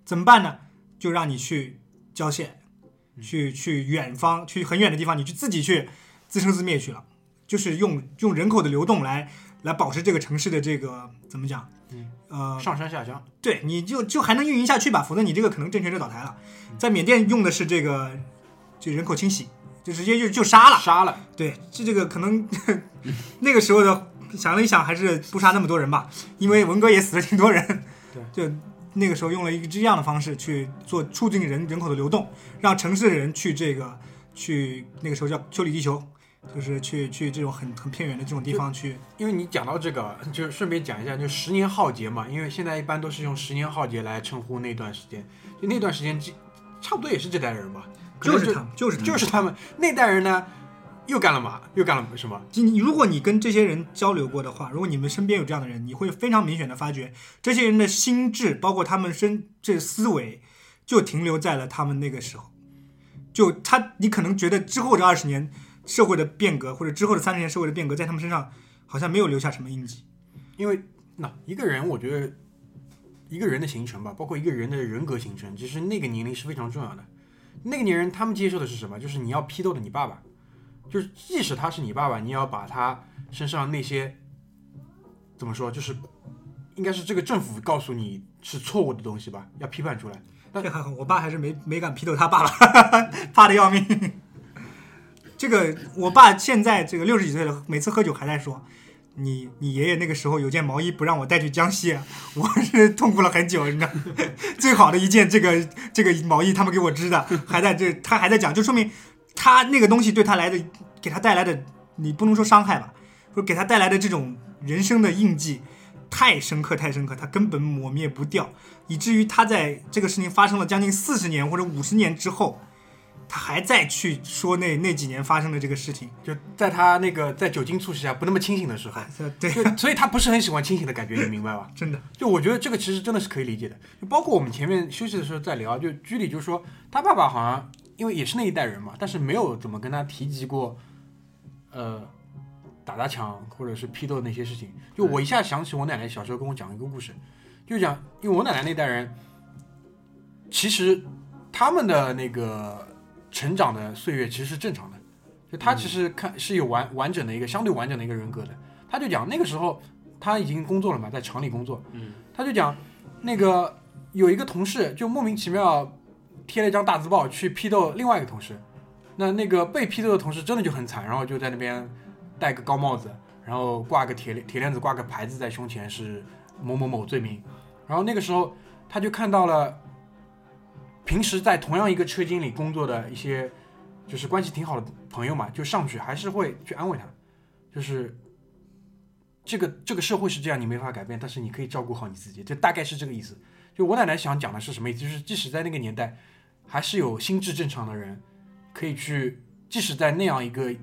怎么办呢？就让你去郊县，去去远方，去很远的地方，你去自己去自生自灭去了，就是用用人口的流动来来保持这个城市的这个怎么讲？呃，上山下乡。对，你就就还能运营下去吧，否则你这个可能政权就倒台了。在缅甸用的是这个，就人口清洗，就直接就就杀了。杀了，对，这这个可能 (laughs) 那个时候的想了一想，还是不杀那么多人吧，因为文革也死了挺多人。对，就那个时候用了一个这样的方式去做促进人人口的流动，让城市的人去这个去那个时候叫修理地球，就是去去这种很很偏远的这种地方去。因为你讲到这个，就顺便讲一下，就十年浩劫嘛，因为现在一般都是用十年浩劫来称呼那段时间，就那段时间，基差不多也是这代人吧，可就能是他们，就是他们，就是他们那代人呢，又干了嘛？又干了什么？就你啊如果你跟这些人交流过的话，如果你们身边有这样的人，你会非常明显的发觉，这些人的心智，包括他们身这思维，就停留在了他们那个时候。就他，你可能觉得之后的二十年社会的变革，或者之后的三十年社会的变革，在他们身上好像没有留下什么印记。因为那一个人，我觉得一个人的形成吧，包括一个人的人格形成，其实那个年龄是非常重要的。那个年龄他们接受的是什么？就是你要批斗的你爸爸，就是即使他是你爸爸，你也要把他身上那些怎么说，就是应该是这个政府告诉你是错误的东西吧，要批判出来。这还好，我爸还是没没敢批斗他爸了，怕的要命。这个我爸现在这个六十几岁了，每次喝酒还在说，你你爷爷那个时候有件毛衣不让我带去江西啊，我是痛苦了很久，你知道， (laughs) 最好的一件这个这个毛衣他们给我织的，还在这他还在讲，就说明他那个东西对他来的给他带来的，你不能说伤害吧，说给他带来的这种人生的印记。太深刻，太深刻，他根本抹灭不掉，以至于他在这个事情发生了将近四十年或者五十年之后，他还在去说那那几年发生的这个事 (laughs) 情。就在他那个在酒精促使下不那么清醒的时候，对，就所以他不是很喜欢清醒的感觉，你明白吧？真的，就我觉得这个其实真的是可以理解的，就包括我们前面休息的时候在聊，就居里就说他爸爸好像因为也是那一代人嘛，但是没有怎么跟他提及过，呃，打砸抢或者是批斗那些事情。就我一下想起我奶奶小时候跟我讲一个故事，就讲因为我奶奶那代人，其实他们的那个成长的岁月其实是正常的，就他其实看是有完完整的一个相对完整的一个人格的。他就讲那个时候他已经工作了嘛，在厂里工作，嗯，他就讲那个有一个同事就莫名其妙贴了一张大字报去批斗另外一个同事，那那个被批斗的同事真的就很惨，然后就在那边戴个高帽子，然后挂个铁链铁链子，挂个牌子在胸前是某某某罪名，然后那个时候他就看到了平时在同样一个车间里工作的一些就是关系挺好的朋友嘛，就上去还是会去安慰他，就是这个这个社会是这样，你没法改变，但是你可以照顾好你自己，就大概是这个意思。就我奶奶想讲的是什么意思？就是即使在那个年代，还是有心智正常的人可以去，即使在那样一个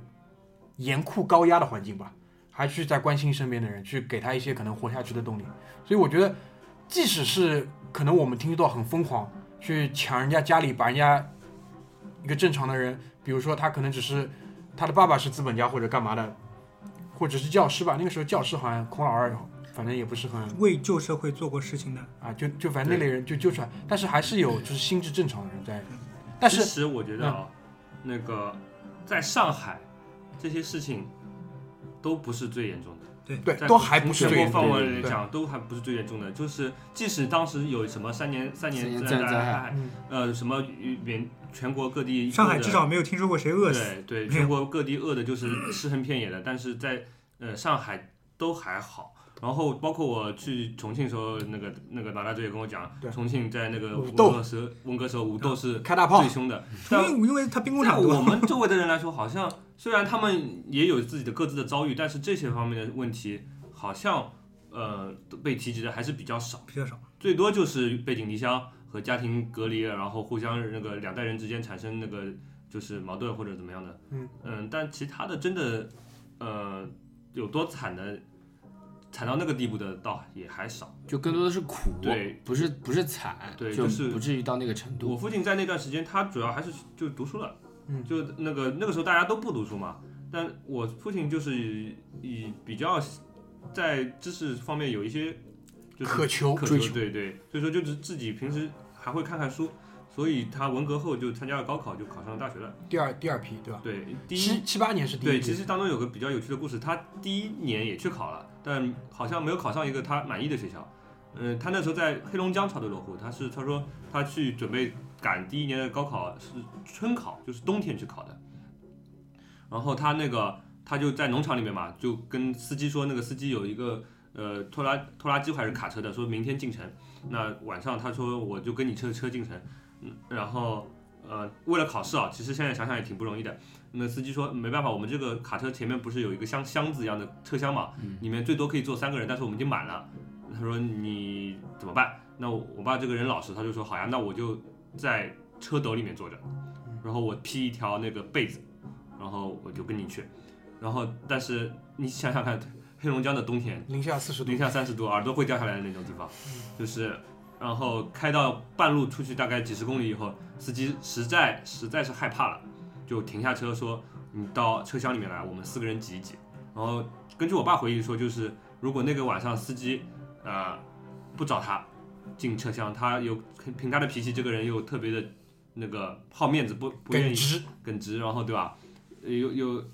严酷高压的环境吧，还去在关心身边的人，去给他一些可能活下去的动力。所以我觉得，即使是可能我们听到很疯狂，去抢人家家里，把人家一个正常的人，比如说他可能只是他的爸爸是资本家或者干嘛的，或者是教师吧。那个时候教师好像孔老二，反正也不是很为旧社会做过事情的，啊，就就反正那类人就揪出来，但是还是有就是心智正常的人在，但其是实我觉得啊，那个在上海这些事情都不是最严重的。对在都还不是全最国严重范的。围对对来讲，都还不是最严重的。就是即使当时有什么三年三三年年自然自然灾害害，嗯呃，什么原全国各地上海饿的至少没有听说过谁饿死。对没对，有全国各地饿的就是尸横遍野的，但是在呃上海都还好。然后包括我去重庆的时候，那个那个老大姐也跟我讲对，重庆在那个武文斗革时文革时候武斗是开大炮最凶的，因但为因为他兵工在厂多，我们周围的人来说，好像虽然他们也有自己的各自的遭遇，但是这些方面的问题好像呃被提及的还是比较少，比较少。最多就是背井离乡和家庭隔离，然后互相那个两代人之间产生那个就是矛盾或者怎么样的。嗯但其他的真的呃有多惨的，惨到那个地步的倒也还少。就更多的是苦，对，不是不是惨，对就就是不至于到那个程我度。父亲在那段时间，他主要还是就读书了，嗯就那个那个时候大家都不读书嘛，但我父亲就是以以比较在知识方面有一些就是渴求渴哦追求对对，所以说就是自己平时还会看看书，所以他文革后就参加了高考，就考上了大学了。第二第二批对吧？对，第七一。七八年是第一对，其批，实当中有个比较有趣的故事，他第一年也去考了，但好像没有考上一个他满意的学校。嗯、他那时候在黑龙江超的落户，他是他说他去准备赶第一年的高考是春考，就是冬天去考的。然后他那个他就在农场里面嘛，就跟司机说，那个司机有一个呃拖拉拖拉机还是卡车的，说明天进城。那晚上他说我就跟你车车进城，嗯，然后呃为了考试啊，其实现在想想也挺不容易的。那司机说没办法，我们这个卡车前面不是有一个箱箱子一样的车厢嘛，里面最多可以坐三个人，但是我们已经满了。他说你怎么办？那我我爸这个人老实，他就说好呀，那我就在车斗里面坐着，然后我披一条那个被子，然后我就跟你去。然后但是你想想看，黑龙江的冬天零下四十度零，下三十度，耳朵会掉下来的那种地方，嗯就是，然后开到半路出去大概几十公里以后，司机实在实在是害怕了，就停下车说：“你到车厢里面来，我们四个人挤一挤。”然后根据我爸回忆说，就是如果那个晚上司机呃不找他进车厢，他有凭他的脾气，这个人又特别的那个好面子，不不愿耿意直，耿直，然后对吧？呃又又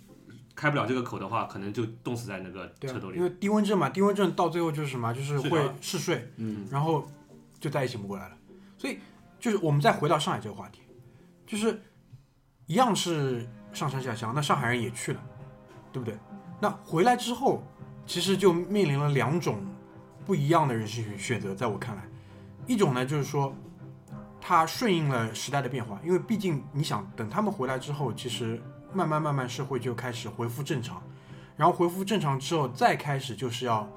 开不了这个口的话，可能就冻死在那个对车啊斗，里因。为低温症嘛，低温症到最后就是什么，就是睡会着嗜睡，嗯，然后就再也醒不过来了。所以就是我们再回到上海这个话题，就是一样是上山下乡，那上海人也去了，对不对？那回来之后，其实就面临了两种不一样的人生选择，在我看来，一种呢就是说，它顺应了时代的变化，因为毕竟你想等他们回来之后，其实慢慢慢慢社会就开始恢复正常，然后恢复正常之后再开始就是要，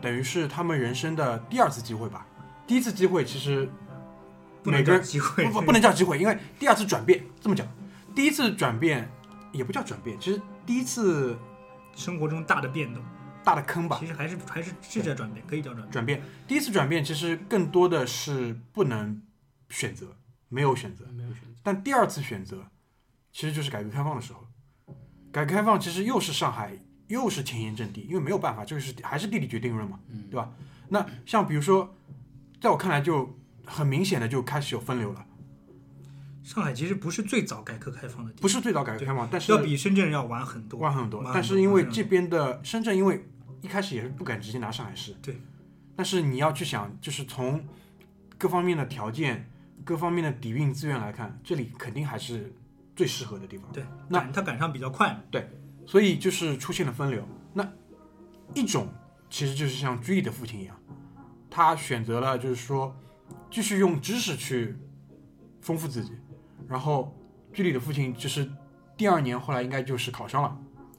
等于是他们人生的第二次机会吧。第一次机会其实不每能个叫人机会，不不不能叫机会，因为第二次转变这么讲，第一次转变也不叫转变，其实第一次生活中大的变动，大的坑吧其，实还是还是是叫转变，可以叫转变。转变第一次转变其实更多的是不能选择，没有选择，没有选择。但第二次选择其实就是改革开放的时候，改革开放其实又是上海又是前沿阵地，因为没有办法，这个是还是地理决定论嘛，嗯对吧？那像比如说，在我看来就很明显的就开始有分流了，上海其实不是最早改革开放的地不方，是最早改革开放，但是要比深圳要晚很多，晚很多晚，但是因为晚很这多边的深圳，因为一开始也是不敢直接拿上海市，对。但是你要去想，就是从各方面的条件、各方面的底蕴资源来看，这里肯定还是最适合的地方。对，那赶它赶上比较快嘛，所以就是出现了分流。那一种其实就是像居易的父亲一样，他选择了就是说继续用知识去丰富自己，然后居里的父亲就是第二年后来应该就是考上了，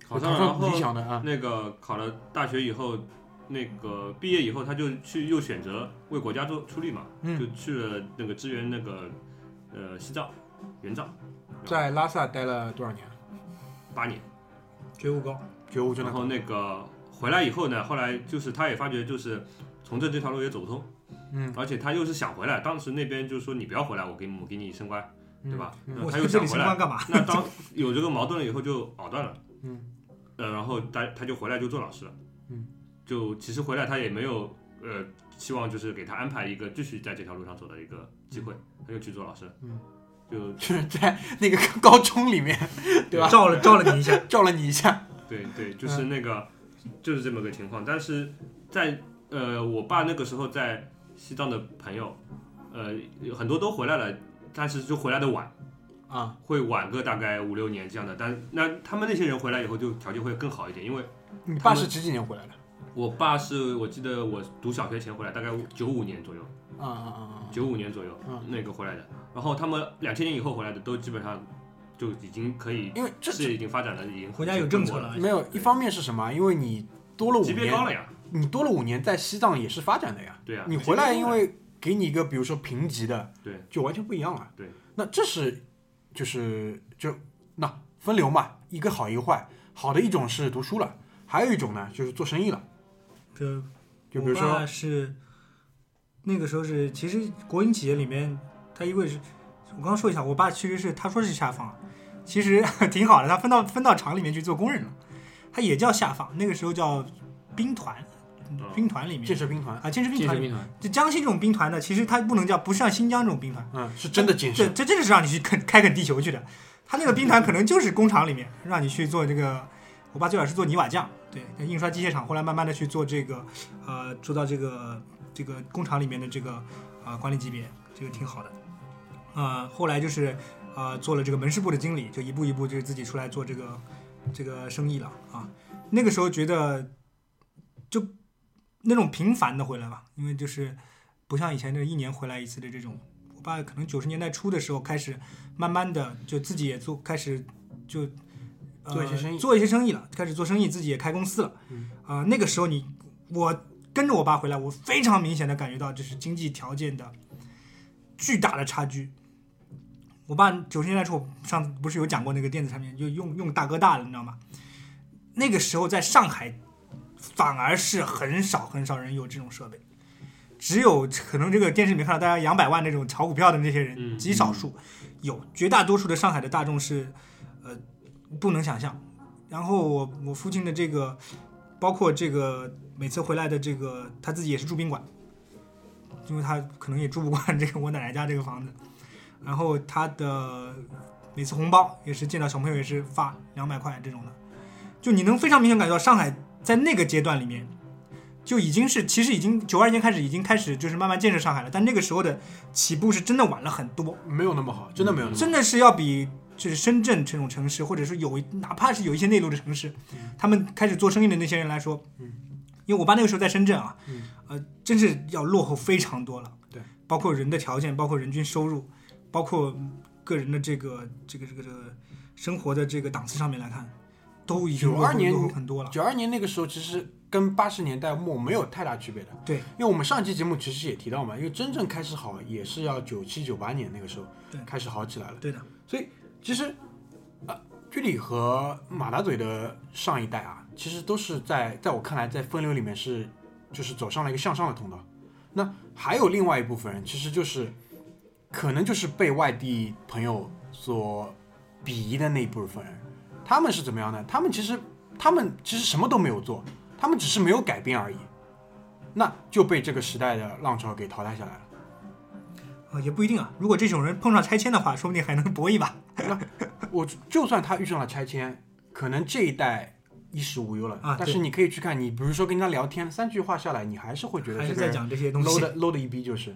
考上了然理后想的啊，那个考了大学以后，那个毕业以后，他就去又选择为国家做出力嘛，嗯就去了那个支援那个呃西藏援藏在拉萨待了多少年？八年，觉悟高。觉悟真的然高后那个回来以后呢，后来就是他也发觉就是从政这条路也走不通，嗯，而且他又是想回来，当时那边就说你不要回来，我给你我给你升官，对吧？嗯那我他去又这想里回新来冠， (laughs) 干嘛？那当有这个矛盾了以后就藕断了，嗯，呃，然后他他就回来就做老师了，嗯，就其实回来他也没有呃希望就是给他安排一个继续在这条路上走的一个机会，他就去做老师，嗯，就就是在那个高中里面，对吧？照了照了你一下，照了你一下，对对，嗯就是那个、就是这么个情况，但是在呃我爸那个时候在西藏的朋友，呃有很多都回来了，但是就回来的晚。啊，会晚个大概五六年这样的，但那他们那些人回来以后就条件会更好一点，因为你他爸们是几几年回来的？我爸是我记得我读小学前回来，大概九五年左右，啊啊啊啊！九五年左右、嗯那个回来的。然后他们两千年以后回来的都基本上就已经可以，因为这事业已经发展了，已经国家有政策了，了，没有一方面是什么？啊因为你多了五级别高年，了呀，你多了五年在西藏也是发展的呀。对呀、啊你回来因为给你一个比如说评级的，对，就完全不一样了。对，那这是就是就那分流嘛，一个好一个坏。好的一种是读书了，还有一种呢就是做生意了， (laughs) 就就比如说我爸是那个时候是，其实国营企业里面，他因为是，我刚说一下，我爸其实是他说是下放，其实 (laughs) 挺好的，他分到分到厂里面去做工人了，他也叫下放，那个时候叫兵团，嗯兵团里建面设兵团，啊，建设兵建设团里面，兵团，就江西这种兵团呢，其实它不能叫，不像新疆这种兵团，嗯，是真的建这设，这真的是让你去垦开垦地球去的。他那个兵团可能就是工厂里面让你去做这个，我爸最早是做泥瓦匠，对，印刷机械厂，后来慢慢的去做这个，呃，做到这个这个工厂里面的这个呃管理级别，这个挺好的。呃，后来就是呃做了这个门市部的经理，就一步一步就是自己出来做这个这个生意了啊。那个时候觉得就那种频繁的回来吧，因为就是不像以前这一年回来一次的这种我爸可能九十年代初的时候开始，慢慢的就自己也做，开始就、呃、做一些生意做一些生意了，开始做生意，自己也开公司了。嗯啊、那个时候你我跟着我爸回来，我非常明显的感觉到就是经济条件的巨大的差距。我爸九十年代初，我上次不是有讲过那个电子产品，就用用大哥大了，你知道吗？那个时候在上海，反而是很少很少人有这种设备。只有可能这个电视里面看到大家两百万那种炒股票的那些人，嗯极少数有，绝大多数的上海的大众是，呃，不能想象。然后我我父亲的这个，包括这个每次回来的这个，他自己也是住宾馆，因为他可能也住不惯这个我奶奶家这个房子。然后他的每次红包也是见到小朋友也是发两百块这种的，就你能非常明显感觉到上海在那个阶段里面就已经是，其实已经九二年开始已经开始就是慢慢建设上海了，但那个时候的起步是真的晚了很多，嗯嗯没有那么好，真的没有那么好。真的是要比就是深圳这种城市，或者是有一哪怕是有一些内陆的城市，他们开始做生意的那些人来说，嗯，因为我爸那个时候在深圳啊，嗯，呃，真是要落后非常多了，对，包括人的条件，包括人均收入，包括个人的这个这个这个这个生活的这个档次上面来看，都已经落92后年落后很多了，九二年那个时候其实跟八十年代末没有太大区别的，对，因为我们上期节目其实也提到嘛，因为真正开始好也是要九七九八年那个时候对开始好起来了。对的，所以其实啊，居里和马大嘴的上一代啊，其实都是在在我看来，在分流里面是就是走上了一个向上的通道。那还有另外一部分人，其实就是可能就是被外地朋友所鄙夷的那一部分人，他们是怎么样呢？他们其实他们其实什么都没有做，他们只是没有改变而已，那就被这个时代的浪潮给淘汰下来了。啊、也不一定啊，如果这种人碰上拆迁的话，说不定还能搏一把，我就算他遇上了拆迁，可能这一代衣食无忧了，啊但是对你可以去看，你比如说跟他聊天，三句话下来，你还是会觉得还这是个在人讲这些东 low 西。的 low 的一逼就是。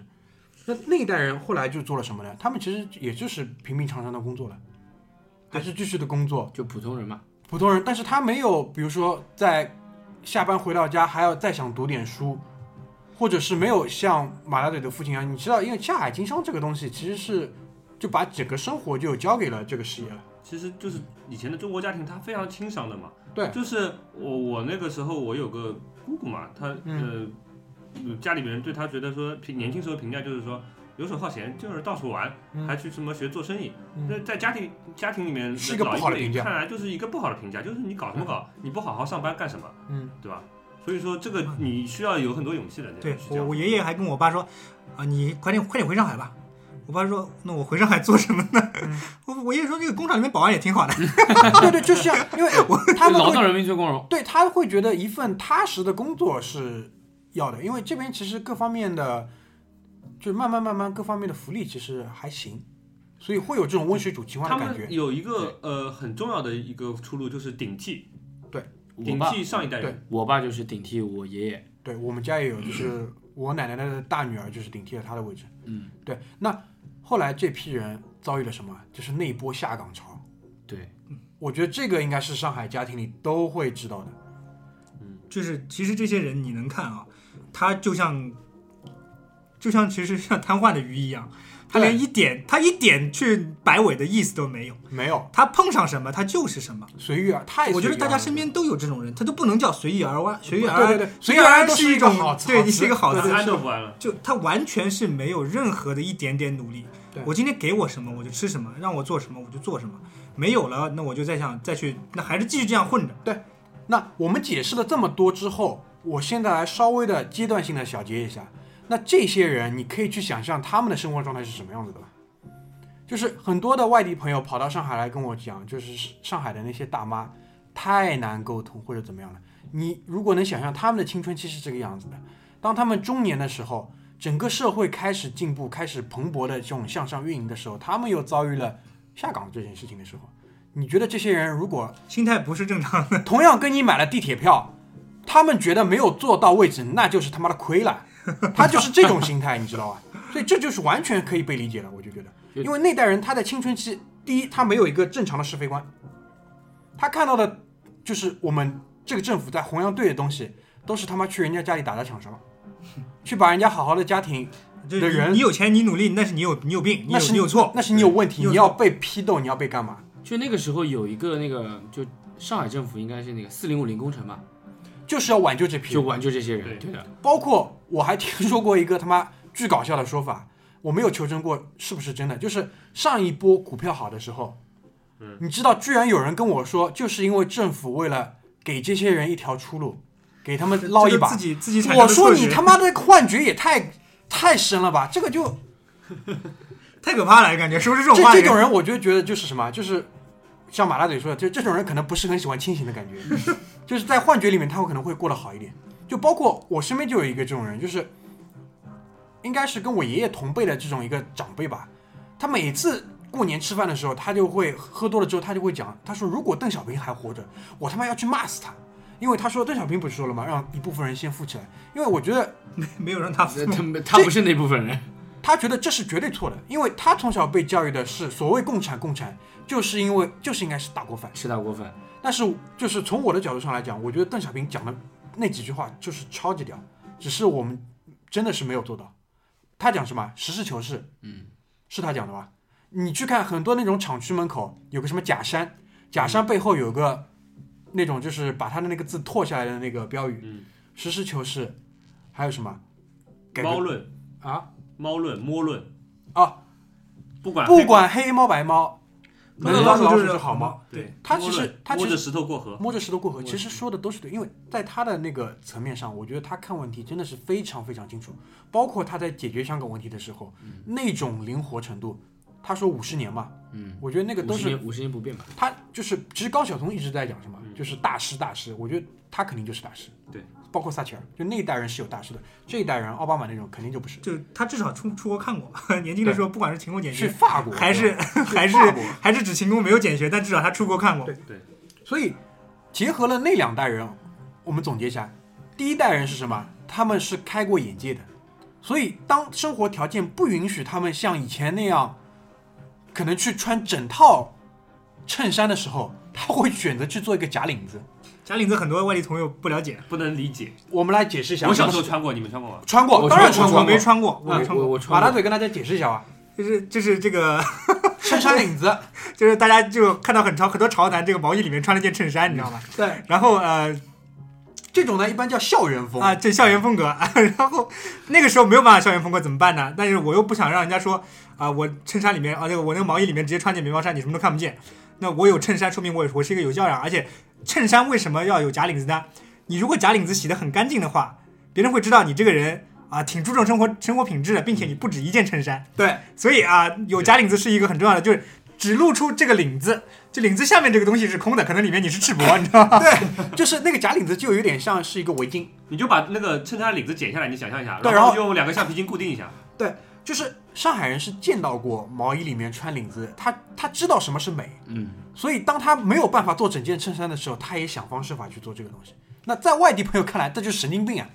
那那一代人后来就做了什么呢？他们其实也就是平平常常的工作了，还是继续的工作，就普通人嘛，普通人。但是他没有，比如说在下班回到家还要再想读点书，或者是没有像马大嘴的父亲一样，你知道，因为下海经商这个东西其实是就把整个生活就交给了这个事业了。其实就是以前的中国家庭，他非常轻商的嘛。 (laughs) 对就是我我那个时候我有个姑姑嘛，她、嗯呃家里面人对她觉得说评年轻时候评价就是说游手好闲，就是到处玩，嗯还去什么学做生意。嗯那、在家庭家庭里面是一个老不好的辈评价看来就是一个不好的评价，就是你搞什么搞，你不好好上班干什么，嗯，对吧？所以说这个你需要有很多勇气的，对是这我，样我爷爷还跟我爸说，啊，你快点快点回上海吧。我爸说，那我回上海做什么呢？嗯我我爷爷说，这个工厂里面保安也挺好的。 (laughs) 对对，就是这样， (laughs) 因为他们劳动会人民最光荣。对他会觉得一份踏实的工作是要的，因为这边其实各方面的，就慢慢慢慢各方面的福利其实还行，所以会有这种温水煮青蛙他的感们觉。有一个呃很重要的一个出路就是顶替，我顶爸，替上一代人。我爸就是顶替我爷爷，对我们家也有，就是我奶奶的大女儿就是顶替了她的位置。嗯，对。那后来这批人遭遇了什么？就是那一波下岗潮。对，我觉得这个应该是上海家庭里都会知道的。就是其实这些人你能看啊，他就像，就像其实像瘫痪的鱼一样，他连对一点他一点去摆尾的意思都没有，没有他碰上什么他就是什么。随遇而太随遇而安了。我觉得大家身边都有这种人，他都不能叫随遇而安，随遇而安，对对对，随随遇遇而而安安都是是一一个种好词，对，是一个好打词，餐都不安了，就他完全是没有任何的一点点努力对。我今天给我什么我就吃什么，让我做什么我就做什么，没有了那我就再想再去，那还是继续这样混着。那我们解释了这么多之后，我现在来稍微的阶段性的小结一下。那这些人，你可以去想象他们的生活状态是什么样子的吧？就是很多的外地朋友跑到上海来跟我讲，就是上海的那些大妈太难沟通或者怎么样了。你如果能想象他们的青春期是这个样子的，当他们中年的时候，整个社会开始进步、开始蓬勃的这种向上运营的时候，他们又遭遇了下岗这件事情的时候，你觉得这些人如果心态不是 (laughs) 正常的，同样跟你买了地铁票，他们觉得没有坐到位置，那就是他妈的亏 (laughs) 了。他就是这种心态，你知道吧？所以这就是完全可以被理解的，我就觉得，因为那代人他在青春期，第一他没有一个正常的是非观，他看到的就是我们这个政府在弘扬对的东西，都是他妈去人家家里打砸 (laughs) 抢烧，去把人家好好的家庭，就的是人你你有钱你努力，那是你有你有病，你那有是你有错。那是你有问你题，有你错要被批斗，你要被干嘛？就那个时候有一个那个，就上海政府应该是那个四零五零工程嘛，就是要挽救这批人，就挽救这些人，对对的，包括我还听说过一个他妈巨搞笑的说法，我没有求证过是不是真的，就是上一波股票好的时候，嗯，你知道，居然有人跟我说，就是因为政府为了给这些人一条出路，给他们捞一这把都自，己自己产生我的说错你觉他妈的幻觉也太太深了吧，这个就太可怕了，感觉说出这种这话的这种人，我就觉得就是什么，就是像马大嘴说的，就这种人可能不是很喜欢清醒的感觉， (laughs) 就是在幻觉里面他会可能会过得好一点。就包括我身边就有一个这种人，就是应该是跟我爷爷同辈的这种一个长辈吧，他每次。过年吃饭的时候，他就会喝多了之后，他就会讲，他说如果邓小平还活着，我他妈要去骂死他，因为他说邓小平不是说了吗，让一部分人先富起来，因为我觉得没有让他服呃他们他不是那部分人，他觉得这是绝对错的，因为他从小被教育的是所谓共产共产，就是因为就是应该是大锅饭。吃大锅饭，但是就是从我的角度上来讲，我觉得邓小平讲的那几句话就是超级屌，只是我们真的是没有做到。他讲什么？实事求是，嗯，是他讲的吧？你去看很多那种厂区门口有个什么假山，假嗯山背后有个那种就是把他的那个字拓下来的那个标语，嗯实事求是，还有什么？改革猫论、啊猫论、摸论，啊！不管不管黑猫白猫，能能当老老鼠鼠就是好好猫。猫。对他其实摸论他其摸实着石头过河，摸着石头过河，摸着其实说的都是对，因为在他的那个层面上，我觉得他看问题真的是非常非常清楚，包括他在解决香港问题的时候，那种灵活程度，他说五十年嘛，嗯，我觉得那个五都十是啊年五十年不变吧？他就是，其实高晓松一直在讲什么，嗯就是大师大师，我觉得他肯定就是大师，对，包括撒切尔，就那一代人是有大师的，这一代人奥巴马那种肯定就不是，就他至少出出国看过 (laughs) 吧，年轻的时候不管是勤工俭去学，法国还是对吧 (laughs) 还是法国还是只勤工没有俭学，但至少他出国看过。所以结合了那两代人，我们总结一下，第一代人是什么？他们是开过眼界的，所以当生活条件不允许他们像以前那样，可能去穿整套衬衫的时候，他会选择去做一个假领子。贾玲子很多外地朋友不了解，不能理解。我们来解释一下，我小时候穿过，你们穿过吗？穿过，我当然穿穿我过，我没穿过，我没穿我过，我马穿大过嘴跟大家解释一下吧，就是就是这个衬衫领子，就是大家就看到很潮很多潮男这个毛衣里面穿了件衬衫，你知道吗？对，然后呃这种呢一般叫校园风啊，这校园风格， (laughs) 然后那个时候没有办法校园风格怎么办呢？但是我又不想让人家说啊，我衬衫里面啊，这个我那个毛衣里面直接穿件棉毛衫，你什么都看不见。那我有衬衫，说明我我是一个有教养，而且衬衫为什么要有假领子呢？你如果假领子洗得很干净的话，别人会知道你这个人啊挺注重生活生活品质的，并且你不止一件衬衫。对，所以啊，有假领子是一个很重要的，就是只露出这个领子，这领子下面这个东西是空的，可能里面你是赤膊，你知道吗？就是那个假领子就有点像是一个围巾，你就把那个衬衫领子剪下来，你想象一下，对然然后用两个橡皮筋固定一下。对，就是上海人是见到过毛衣里面穿领子，他他知道什么是美，嗯，所以当他没有办法做整件衬衫的时候，他也想方设法去做这个东西。那在外地朋友看来，这就是神经病啊！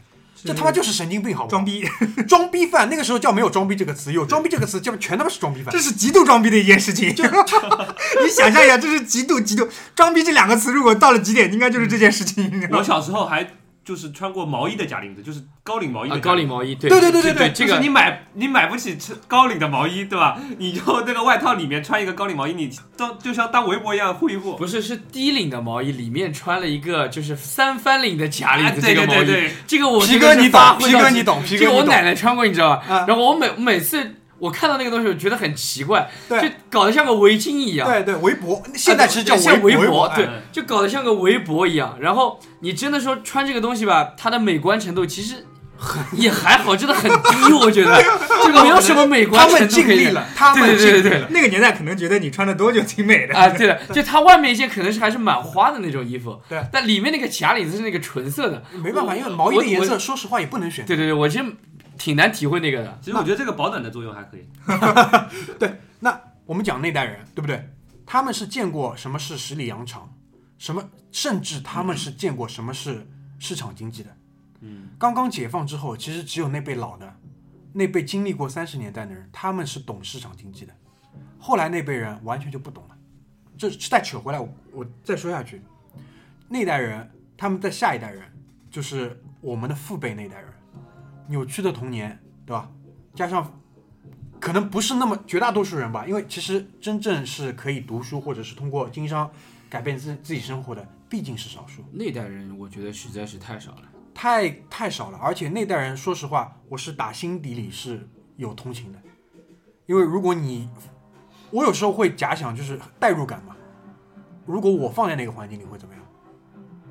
这他妈就是神经病，好不 (laughs) 装好？逼， (laughs) 装逼犯，那个时候叫没有“装逼”这个词，有“装逼”这个词，叫全他妈是装逼犯 (laughs) 这。是极度装逼的一件 (laughs) 事情。你想象一下，这是极度极度装逼这两个词，如果到了极点，应该就是这件事情。你 (laughs) 知道我吗？小时候还就是穿过毛衣的假领子，就是高领毛衣的啊，假高领。毛衣，对对对对对对，对这就是个你买你买不起吃高领的毛衣，对吧？你就那个外套里面穿一个高领毛衣，你当就像当围脖一样护一护。不是是低领的毛衣，里面穿了一个就是三翻领的假领哎，子对这个对毛对衣，对，这个我皮这个哥是你发懂，挥皮到哥极你懂，皮这哥个我你懂奶。奶穿过，你知道吧？啊然后我每每次我看到那个东西，我觉得很奇怪，对就搞得像个围巾一样。对对，围脖，现在其实叫啊对像围脖，对哎，就搞得像个围脖一样。然后你真的说穿这个东西吧，它的美观程度其实很也还好，真的很低，(laughs) 我觉得这个没有什么美观他程们度尽可以力讲。了，他对们对尽对力对了。那个年代可能觉得你穿的多就挺美 (laughs) 的啊，对的，就它外面一件可能是还是蛮花的那种衣服，对但里面那个假领子是那个纯色的，没办法，因为毛衣的颜色，说实话也不能选。对对对，我其实挺难体会那个的，其实我觉得这个保暖的作用还可以。对，那我们讲那代人，对不对？他们是见过什么是十里洋场，什么，甚至他们是见过什么是市场经济的。嗯，刚刚解放之后，其实只有那辈老的，那辈经历过三十年代的人，他们是懂市场经济的。后来那辈人完全就不懂了。这再扯回来，我我再说下去，那代人他们在下一代人，就是我们的父辈那代人，扭曲的童年，对吧？加上可能不是那么绝大多数人吧，因为其实真正是可以读书或者是通过经商改变自自己生活的，毕竟是少数。那代人我觉得实在是太少了。太太少了，而且那代人，说实话，我是打心底里是有同情的，因为如果你，我有时候会假想，就是代入感嘛。如果我放在那个环境里会怎么样？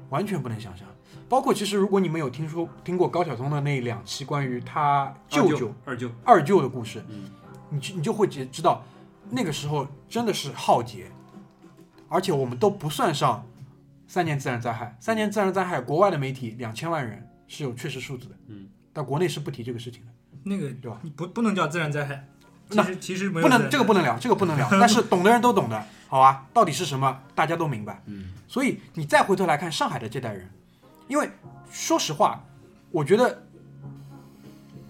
完全不能想象。包括其实，如果你们有听说听过高晓松的那两期关于他舅二舅二舅，二舅的故事，嗯你就你就会知知道，那个时候真的是浩劫，而且我们都不算上三年自然灾害。三年自然灾害，国外的媒体两千万人是有确实数字的，嗯，但国内是不提这个事情的， (laughs) 那个对吧？不不能叫自然灾害，其那实其实没有不自能然这个不能聊，这个不能聊。但是懂的人都懂的，好吧？到底是什么，大家都明白。嗯，所以你再回头来看上海的这代人，因为说实话，我觉得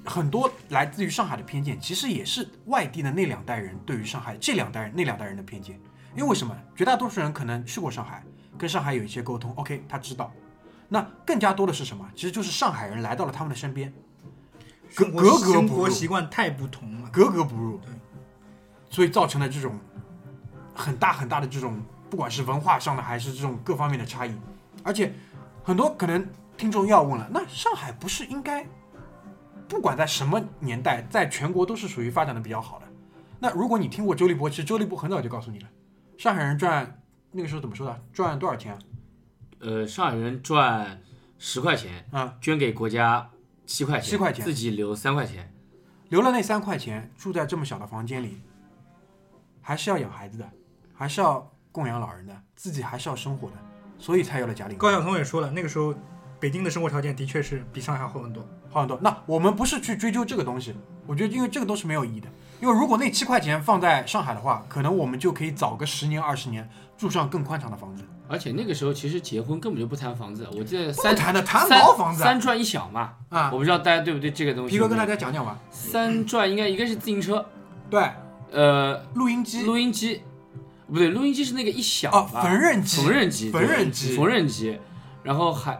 很多来自于上海的偏见，其实也是外地的那两代人对于上海这两代人那两代人的偏见。因为为什么？绝大多数人可能去过上海，跟上海有一些沟通，OK，他知道。那更加多的是什么？其实就是上海人来到了他们的身边，格生活格格生不活入习惯太不同了。格格不入，对，所以造成了这种很大很大的这种，不管是文化上的还是这种各方面的差异，而且很多可能听众又要问了，那上海不是应该不管在什么年代，在全国都是属于发展的比较好的？那如果你听过周立波，其实周立波很早就告诉你了，上海人赚那个时候怎么说的？赚多少钱啊？呃，上海人赚十块钱，啊，捐给国家七块钱， 7块钱自己留三块钱。留了那三块钱，住在这么小的房间里，还是要养孩子的，还是要供养老人的，自己还是要生活的，所以才有了贾玲。高晓松也说了，那个时候北京的生活条件的确是比上海好很多。好很多。那我们不是去追究这个东西，我觉得因为这个都是没有意义的。因为如果那七块钱放在上海的话，可能我们就可以早个十年二十年住上更宽敞的房子。而且那个时候其实结婚根本就不谈房子，我记得不三谈的谈三老房子啊三赚一小嘛。啊我不知道大家对不对这个东西。皮哥跟大家讲讲吧。三赚应该一个是自行车，对，呃，录音机录音机，不对，录音机是那个一小哦，吧缝纫机，缝纫机，缝纫机对缝纫机，然后还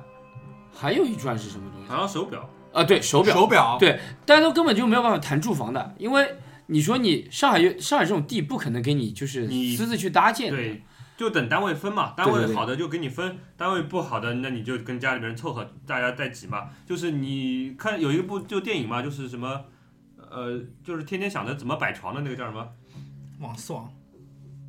还有一转是什么东西好像手表，啊？对手表，手表，对，大家都根本就没有办法谈住房的，因为你说你上海有上海这种地不可能给你就是你私自去搭建的，对，就等单位分嘛，单对位对好的就给你分，单位不好的那你就跟家里面人凑合，大家在一起嘛。就是你看有一部就电影嘛，就是什么，呃，就是天天想着怎么摆床的那个叫什么，网丝网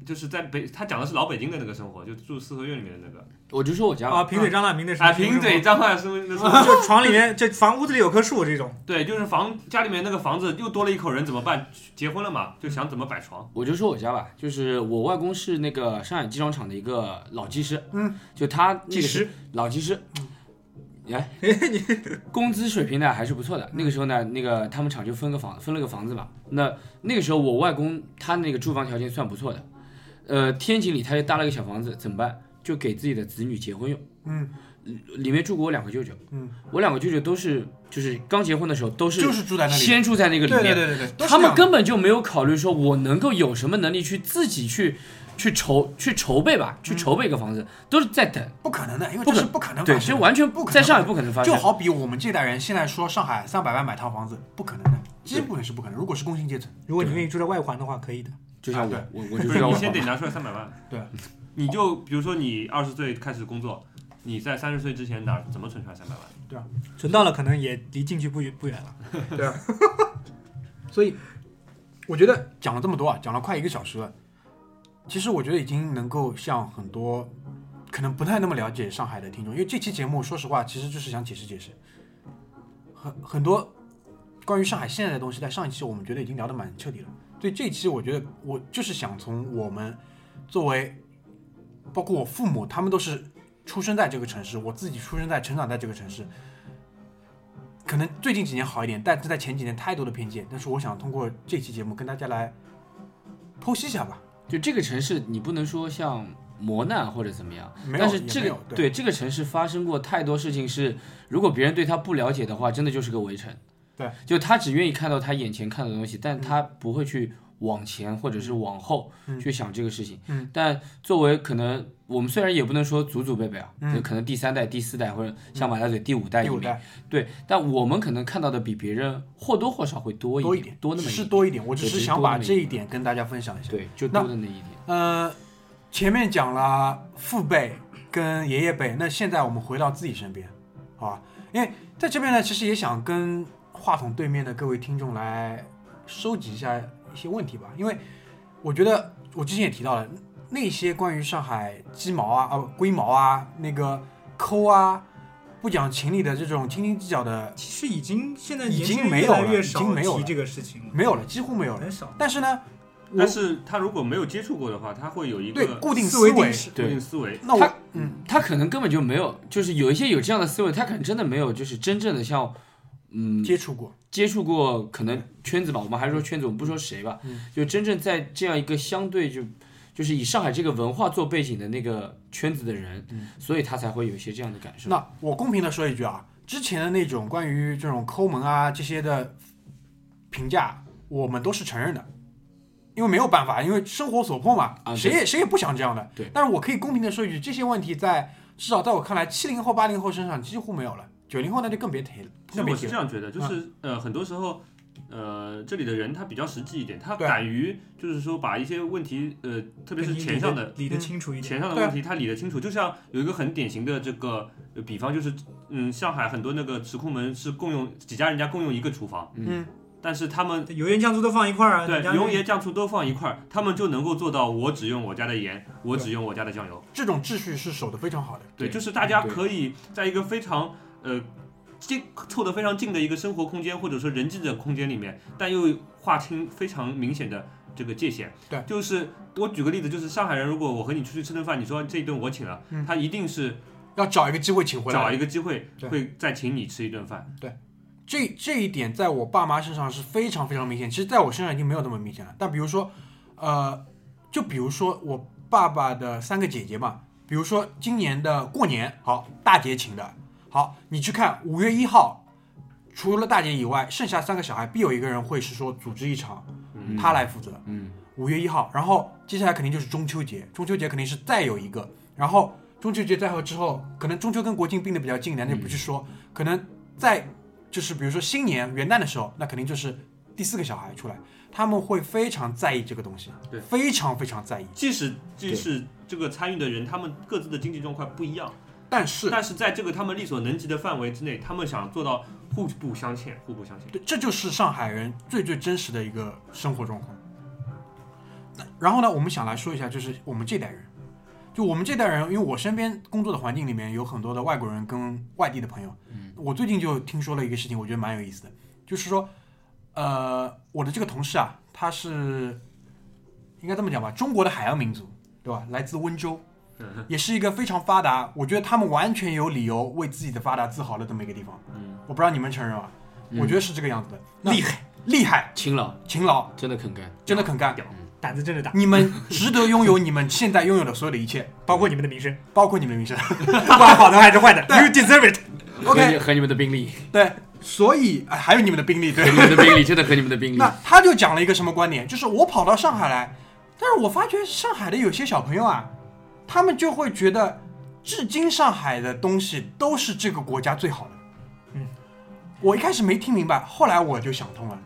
就是在北，他讲的是老北京的那个生活，就住四合院里面的 (laughs) 那个我就说我家吧啊，贫嘴张大民那时候啊，贫嘴张大是不是？ (laughs) 就 (laughs) 床里面这房屋子里有棵树 (laughs) 这种，对，就是房家里面那个房子又多了一口人怎么办？结婚了嗯嘛，就想怎么摆床。我就说我家吧，就是我外公是那个上海机床厂的一个老技师，嗯，就他那技个师是老技师， (laughs) 哎，工资水平呢还是不错的。那个时候呢，那个他们厂就分个房，分了个房子嘛。那那个时候我外公他那个住房条件算不错的，呃，天井里他就搭了个小房子，怎么办？就给自己的子女结婚用。嗯，里面住过我两个舅舅，嗯，我两个舅舅都是就是刚结婚的时候都是就是住在那里先住在那个对里面，对对对对，都是他这们样的根本就没有考虑说我能够有什么能力去自己去去筹去筹备吧，嗯去筹备一个房子，都是在等。不可能的，因为这是不可能发生对，的，其实完全不可能在上海不可能发生。就好比我们这代人现在说上海三百万买套房子，不可能的，基本是不可能。如果是工薪阶层，如果你愿意住在外环的话，可以的。就像我啊我我不就知是，道你我先得拿出来三百万。对，你就比如说你二十岁开始工作，你在三十岁之前哪怎么存出来三百万？存到了可能也离进去不远不远了。所以我觉得讲了这么多啊，讲了快一个小时了，其实我觉得已经能够向很多可能不太那么了解上海的听众，因为这期节目说实话其实就是想解释解释，很很多关于上海现在的东西，在上一期我们觉得已经聊得蛮彻底了，所以这一期我觉得我就是想从我们作为包括我父母，他们都是出生在这个城市，我自己出生在成长在这个城市，可能最近几年好一点，但是在前几年太多的偏见。但是我想通过这期节目跟大家来剖析一下吧。就这个城市，你不能说像磨难或者怎么样没，有但是也这没个有对对这个城市发生过太多事情是，如果别人对他不了解的话，真的就是个围城。对，嗯就他只愿意看到他眼前看到的东西，但他不会去往前或者是往后去想这个事情。嗯，但作为可能我们虽然也不能说祖祖辈辈啊，嗯就可能第三代、第四代或者像马大嘴第五代移第五民，代对，但我们可能看到的比别人或多或少会多多一一点，多那么只一是点，多一点。我只对是只是想多把那么一这一点点跟大家分享一下。对，就那多的那一点。呃，前面讲了父辈跟爷爷辈，那现在我们回到自己身边，好吧？因为在这边呢，其实也想跟话筒对面的各位听众来收集一下一些问题吧，因为我觉得我之前也提到了，那些关于上海鸡毛啊、啊龟毛啊、那个抠啊、不讲情理的这种斤斤计较的，其实已经现在已年轻经人没越有来了越已经少没有提了这个事情了，没有了，几乎没有了很。少。但是呢，我但是他如果没有接触过的话，他会有一对个固固定思思维维，定式对定思维。那我他嗯。他可能根本就没有，就是有一些有这样的思维，他可能真的没有，就是真正的像，嗯，接触过，接触过可能圈子吧，我们还是说圈子，我们不说谁吧，嗯就真正在这样一个相对就就是以上海这个文化做背景的那个圈子的人，嗯所以他才会有一些这样的感受。那我公平的说一句啊，之前的那种关于这种抠门啊这些的评价，我们都是承认的，因为没有办法，因为生活所迫嘛，啊谁也谁也不想这样的。对但是我可以公平的说一句，这些问题在至少在我看来，七零后、八零后身上几乎没有了，九零后那就更别提了，其实更别我提是这了。样觉得，就是呃，很多时候，呃，这里的人他比较实际一点，他对啊敢于就是说把一些问题，呃，特别是钱上的理得清楚一点。啊钱上的啊问题，他理得清楚。就像有一个很典型的这个呃比方，就是嗯，上海很多那个石库门是共用几家人家共用一个厨房，嗯，但是他们油盐酱醋都放一块儿啊，对你家油盐酱醋都放一块儿，他们就能够做到我只用我家的盐，我只用我家的酱油。这种秩序是守得非常好的。对，对就是大家对可以在一个非常呃近凑得非常近的一个生活空间，或者说人际的空间里面，但又划清非常明显的这个界限。对就是我举个例子，就是上海人，如果我和你出去吃顿饭，你说这一顿我请了，嗯他一定是要找一个机会请回来。找一个机会对会再请你吃一顿饭。这这一点在我爸妈身上是非常非常明显，其实在我身上已经没有那么明显了。但比如说，呃，就比如说我爸爸的三个姐姐嘛，比如说今年的过年，好，大姐请的，好，你去看五月一号，除了大姐以外，剩下三个小孩必有一个人会是说组织一场，嗯他来负责。嗯，五月一号，然后接下来肯定就是中秋节，中秋节肯定是再有一个，然后中秋节再后之后，可能中秋跟国庆并的比较近，咱就不去说，可能在就是比如说新年元旦的时候，那肯定就是第四个小孩出来，他们会非常在意这个东西，对非常非常在意，即使即使这个参与的人，他们各自的经济状况不一样，但是但是在这个他们力所能及的范围之内，他们想做到互不相欠，互不相欠。对，这就是上海人最最真实的一个生活状况。那然后呢，我们想来说一下，就是我们这代人，就我们这代人，因为我身边工作的环境里面有很多的外国人跟外地的朋友，我最近就听说了一个事情，我觉得蛮有意思的，就是说，呃，我的这个同事啊，他是应该这么讲吧，中国的海洋民族，对吧？来自温州。也是一个非常发达，我觉得他们完全有理由为自己的发达自豪的这么一个地方。嗯，我不知道你们承认吗？嗯我觉得是这个样子的，厉害，厉害，勤劳勤劳，真的肯干，真的肯干。胆子真的大，你们值得拥有你们现在拥有的所有的一切，包括你们的名声，包括你们的名声。不管好的还是坏的对嗯，You deserve it。和你 OK，和你们的宾利，对，所以、哎还有你们的兵力，对和。你们的宾利，真的和你们的嗯宾利那，他就讲了一个什么观点，就是我跑到上海来，但是我发觉上海的有些小朋友啊，他们就会觉得，至今上海的东西都是这个国家最好的。嗯，我一开始没听明白，后来我就想通了，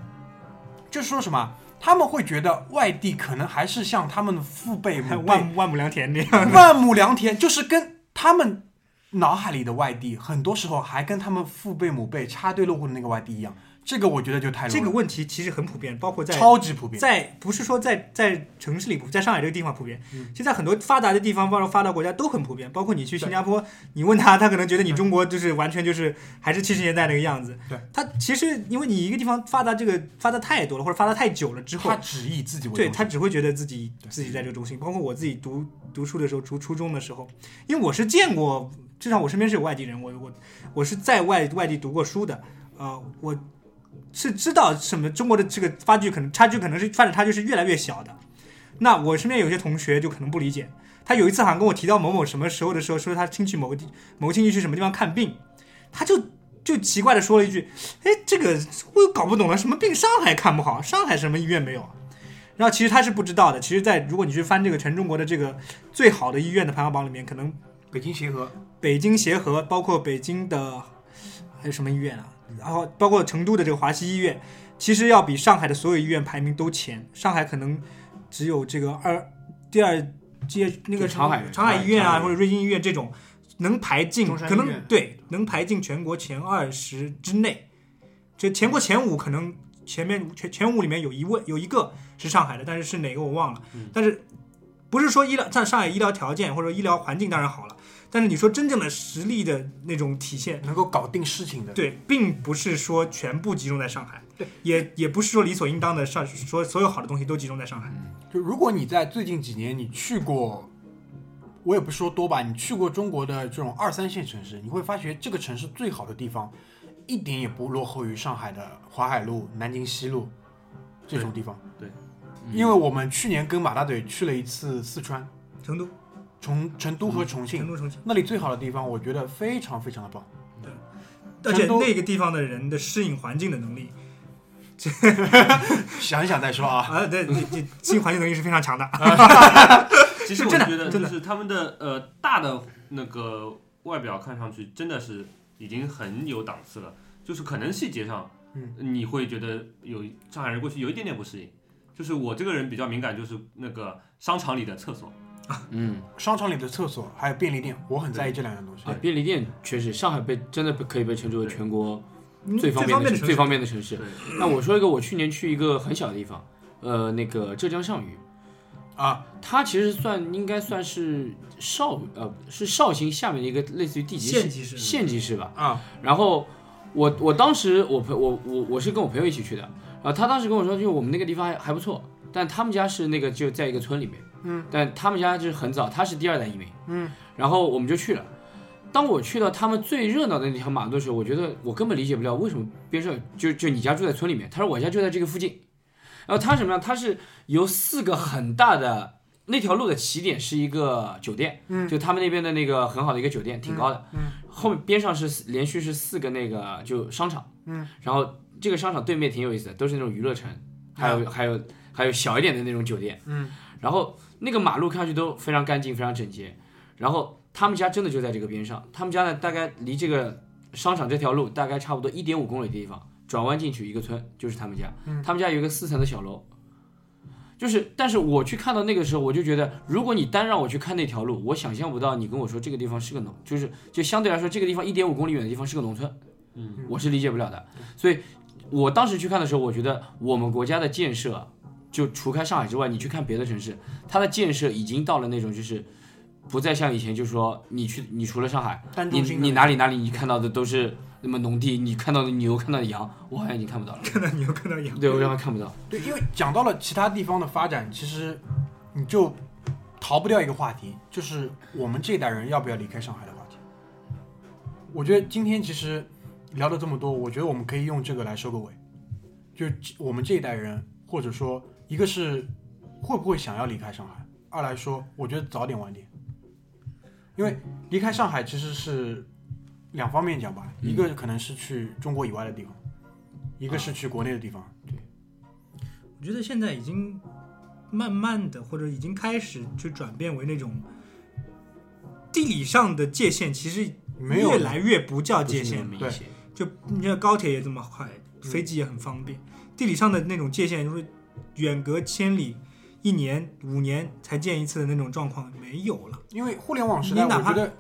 就是说什么，他们会觉得外地可能还是像他们的父辈还母有辈万万亩良田那样，万亩良田，就是跟他们脑海里的外地，很多时候还跟他们父辈母辈插队路过的那个外地一样。这个我觉得就太 low 这个了问题其实很普遍，包括在超级普遍。在不是说在在城市里普遍，在上海这个地方普遍，其实在很多发达的地方，包括发达国家都很普遍。包括你去新加坡，你问他，他可能觉得你中国就是完全就是还是七十年代那个样子。对，他其实因为你一个地方发达这个发达太多了，或者发达太久了之后他，只以自己为对中他心嗯只会觉得自己自己在这个中心。包括我自己读读书的时候，读初中的时候，因为我是见过，至少我身边是有外地人，我我我是在外外地读过书的，呃，我是知道什么中国的这个差距可能差距可能是发展差距是越来越小的。那我身边有些同学就可能不理解，他有一次好像跟我提到某某什么时候的时候，说他亲戚某个地某个亲戚去什么地方看病，他就就奇怪的说了一句：“哎，这个我又搞不懂了，什么病上海看不好，上海什么医院没有啊？”然后其实他是不知道的，其实在，如果你去翻这个全中国的这个最好的医院的排行榜里面，可能北京协和，北京协和，包括北京的还有什么医院啊，然后包括成都的这个华西医院，其实要比上海的所有医院排名都前，上海可能只有这个二第二届那个就长海长海医院长啊海或者瑞金医院这种能排进中山可医能院对能排进全国前二十之内，这全国前五可能前面前前五里面有一位有一个是上海的，但是是哪个我忘了，嗯但是。不是说医疗像上海医疗条件或者医疗环境当然好了，但是你说真正的实力的那种体现，能够搞定事情的。对，并不是说全部集中在上海，对，也也不是说理所应当的上说所有好的东西都集中在上海，嗯就如果你在最近几年你去过，我也不说多吧，你去过中国的这种二三线城市，你会发觉这个城市最好的地方，一点也不落后于上海的淮海路、南京西路这种地方。嗯对因为我们去年跟马大嘴去了一次四川、成都、重成都和重庆成，都、重庆，那里最好的地方，我觉得非 (laughs) 常非常的棒。而成且都 (laughs) 那个地方的人的适应环境的能力，想一想再说啊。啊，对，这这新环境能力是非常强的。其实我觉得就是他们的呃大的那个外表看上去真的是已经很有档次了，就是可能细节上，嗯，你会觉得有上海人过去有一点点不适应。就是我这个人比较敏感，就是那个商场里的厕所，嗯，商场里的厕所还有便利店，我很在意这两样东西。啊，便利店确实，上海被真的被可以被称之为全国嗯最方方便的的城最方便的城市对。那我说一个，我去年去一个很小的地方，呃，那个浙江上虞，啊，它其实算应该算是绍呃是绍兴下面的一个类似于地级市县级市县级市吧。啊，然后我我当时我朋我我我是跟我朋友一起去的，然后他当时跟我说，就我们那个地方还还不错，但他们家是那个就在一个村里面，嗯，但他们家就是很早，他是第二代移民，嗯，然后我们就去了。当我去到他们最热闹的那条马路的时候，我觉得我根本理解不了为什么边上就就你家住在村里面，他说我家就在这个附近，然后他什么样？他是由四个很大的那条路的起点是一个酒店，嗯，就他们那边的那个很好的一个酒店，挺高的，嗯，后面边上是四连续是四个那个就商场，嗯，然后这个商场对面挺有意思的，都是那种娱乐城，还有、还有还有小一点的那种酒店，嗯，然后那个马路看上去都非常干净，非常整洁，然后他们家真的就在这个边上，他们家呢大概离这个商场这条路大概差不多一点五公里的地方，转弯进去一个村就是他们家，他们家有一个四层的小楼。就是，但是我去看到那个时候，我就觉得，如果你单让我去看那条路，我想象不到你跟我说这个地方是个农，就是就相对来说，这个地方一点五公里远的地方是个农村，嗯，我是理解不了的。所以，我当时去看的时候，我觉得我们国家的建设，就除开上海之外，你去看别的城市，它的建设已经到了那种就是。不再像以前，就是说你去，你除了上海，单你中心的你哪里哪里，你看到的都是那么农地，你看到的牛，看到的羊，我好像已经看不到了。看到你又看到羊，对，我好像看不到。对，因为讲到了其他地方的发展，其实你就逃不掉一个话题，就是我们这一代人要不要离开上海的话题。我觉得今天其实聊了这么多，我觉得我们可以用这个来收个尾，就我们这一代人，或者说一个是会不会想要离开上海，二来说，我觉得早点晚点，因为离开上海其实是两方面讲吧，嗯一个可能是去中国以外的地方，一个是去国内的地方。我觉得现在已经慢慢的或者已经开始就转变为那种地理上的界限，其实没有越来越不叫界不是那限了。么明对显就你看高铁也这么快，飞机也很方便，地理上的那种界限就是远隔千里，一年五年才见一次的那种状况没有了，因为互联网时代，你哪我怕觉得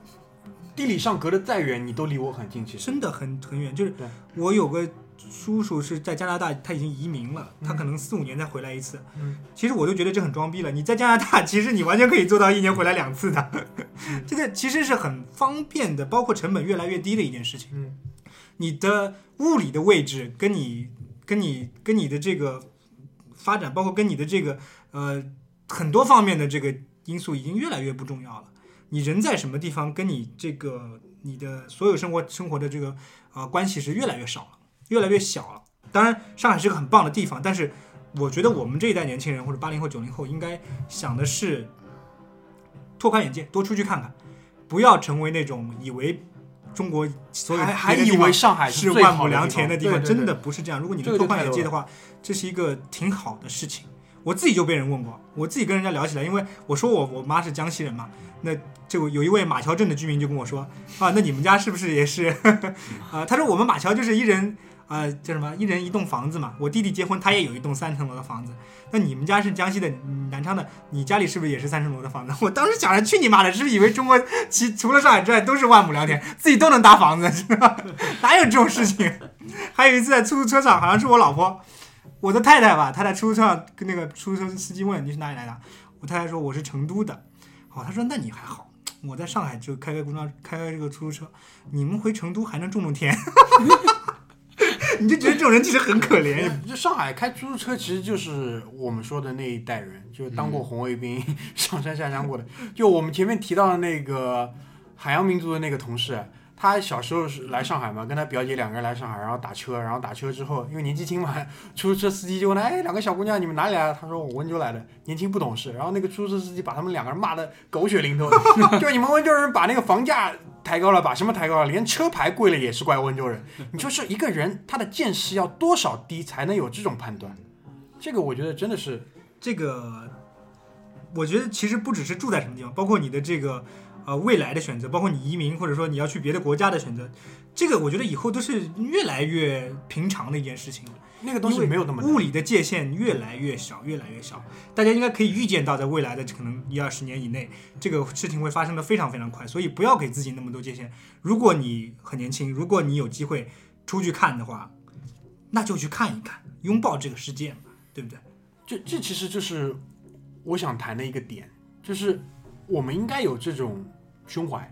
地理上隔得再远，你都离我很近。其实，真的很很远。就是对我有个叔叔是在加拿大，他已经移民了，他可能四五年才回来一次。嗯其实我就觉得这很装逼了。你在加拿大， (laughs) 其实你完全可以做到一年回来两次的， (laughs) 这个其实是很方便的，包括成本越来越低的一件事情。嗯，你的物理的位置跟你跟你跟你的这个发展，包括跟你的这个呃很多方面的这个因素，已经越来越不重要了。你人在什么地方，跟你这个你的所有生活生活的这个呃关系是越来越少了，越来越小了。当然，上海是个很棒的地方，但是我觉得我们这一代年轻人或者八零后、九零后应该想的是拓宽眼界，多出去看看，不要成为那种以为中国所有还还别的以地方为上海是是最万好亩的良田的地方，对对对真的不是这样。如果你这个能就拓宽太眼多界的了话，这是一个挺好的事情。我自己就被人问过，我自己跟人家聊起来，因为我说我我妈是江西人嘛，那就有一位马桥镇的居民就跟我说啊，那你们家是不是也是？ (laughs) 啊，他说我们马桥就是一人啊、呃叫什么一人一栋房子嘛。我弟弟结婚，他也有一栋三层楼的房子。那你们家是江西的嗯南昌的，你家里是不是也是三层楼的房子？ (laughs) 我当时想着去你妈的，是不是以为中国 (laughs) 其除了上海之外都是万亩良田，自己都能搭房子，知道吗？ (laughs) 哪有这种事情？ (laughs) 还有一次在出租车上，好像是我老婆，我的太太吧，她在出租车上跟那个出租车司机问你是哪里来的，我太太说我是成都的，哦，她说那你还好，我在上海就开开公交开开这个出租车，你们回成都还能种种田， (laughs) 你就觉得这种人其实很可怜，就上海开出租车，其实就是我们说的那一代人，就是当过红卫兵、 (laughs) 上山下乡过的。就我们前面提到的那个海洋民族的那个同事。他小时候是来上海嘛，跟他表姐两个人来上海，然后打车，然后打车之后，因为年纪轻嘛，出租车司机就问他，哎，两个小姑娘你们哪里来的？他说我温州来的，年轻不 (laughs) 懂事。然后那个出租车司机把他们两个人骂的狗血淋头，就是你们温州人把那个房价抬高了吧？什么抬高了？连车牌贵了也是怪温州人。你说是一个人他的见识要多少低才能有这种判断？这个我觉得真的是这个，我觉得其实不只是住在什么地方，包括你的这个呃未来的选择，包括你移民或者说你要去别的国家的选择，这个我觉得以后都是越来越平常的一件事情了。那个东西因为没有那么难物理的界限越来越小，越来越小，大家应该可以预见到，在未来的可能一二十年以内，这个事情会发生的非常非常快，所以不要给自己那么多界限。如果你很年轻，如果你有机会出去看的话，那就去看一看，拥抱这个世界嘛，对不对？这这其实就是我想谈的一个点，就是我们应该有这种胸怀，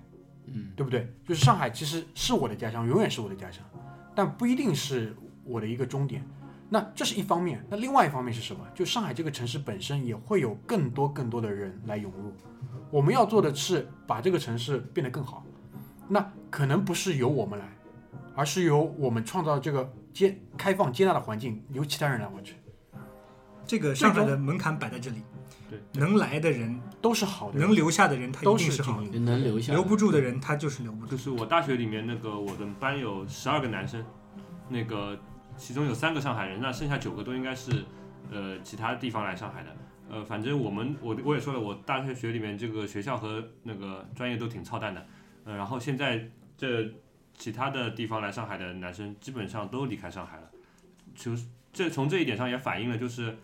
嗯，对不对？就是上海其实是我的家乡，永远是我的家乡，但不一定是我的一个终点。那这是一方面，那另外一方面是什么？就上海这个城市本身也会有更多更多的人来涌入，我们要做的是把这个城市变得更好。那可能不是由我们来，而是由我们创造这个接开放接纳的环境，由其他人来完成，这个上海的门槛摆在这里，对，能来的人，都是好的人，能留下的人，他一都定是好精的；英。能留下来留不住的人，他就是留不住就。是我大学里面那个我的班有十二个男生，那个其中有三个上海人，那剩下九个都应该是呃其他地方来上海的。呃，反正我们我我也说了，我大学学里面这个学校和那个专业都挺操蛋的。呃，然后现在这其他的地方来上海的男生基本上都离开上海了，就是这从这一点上也反映了，就是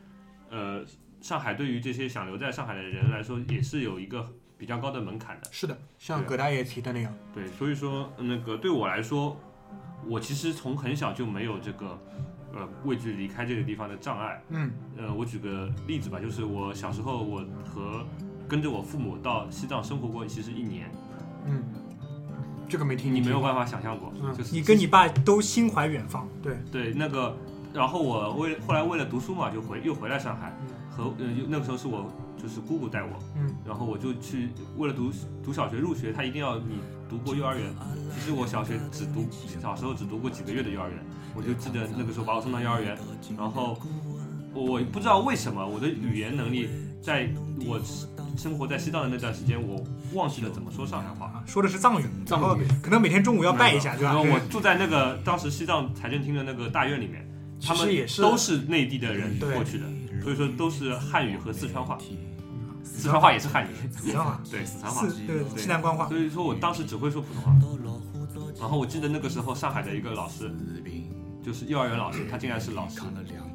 呃上海对于这些想留在上海的人来说也是有一个比较高的门槛的。是的，像对啊葛大爷提的那样，对，所以说那个对我来说，我其实从很小就没有这个呃畏惧离开这个地方的障碍。嗯，呃，我举个例子吧，就是我小时候我和跟着我父母到西藏生活过，其实一年，嗯，这个没听你没有吧？办法想象过，嗯就是你跟你爸都心怀远方，对，对那个，然后我为后来为了读书嘛，就回又回来上海，和呃那个时候是我就是姑姑带我，嗯，然后我就去为了读读小学入学，他一定要你读过幼儿园。其实我小学只读小时候只读过几个月的幼儿园，我就记得那个时候把我送到幼儿园，然后我我不知道为什么我的语言能力，在我生活在西藏的那段时间，我忘记了怎么说上海话。啊说的是藏语，藏然语后可能每天中午要拜一下，对吧然后？我住在那个当时西藏财政厅的那个大院里面，他其实们也是都是内地的人对过去的，所以说都是汉语和四川话，四川话也是汉语，四川话，对四川话四。对西南官话所以说我当时只会说普通话。然后我记得那个时候上海的一个老师，就是幼儿园老师，他竟然是老师，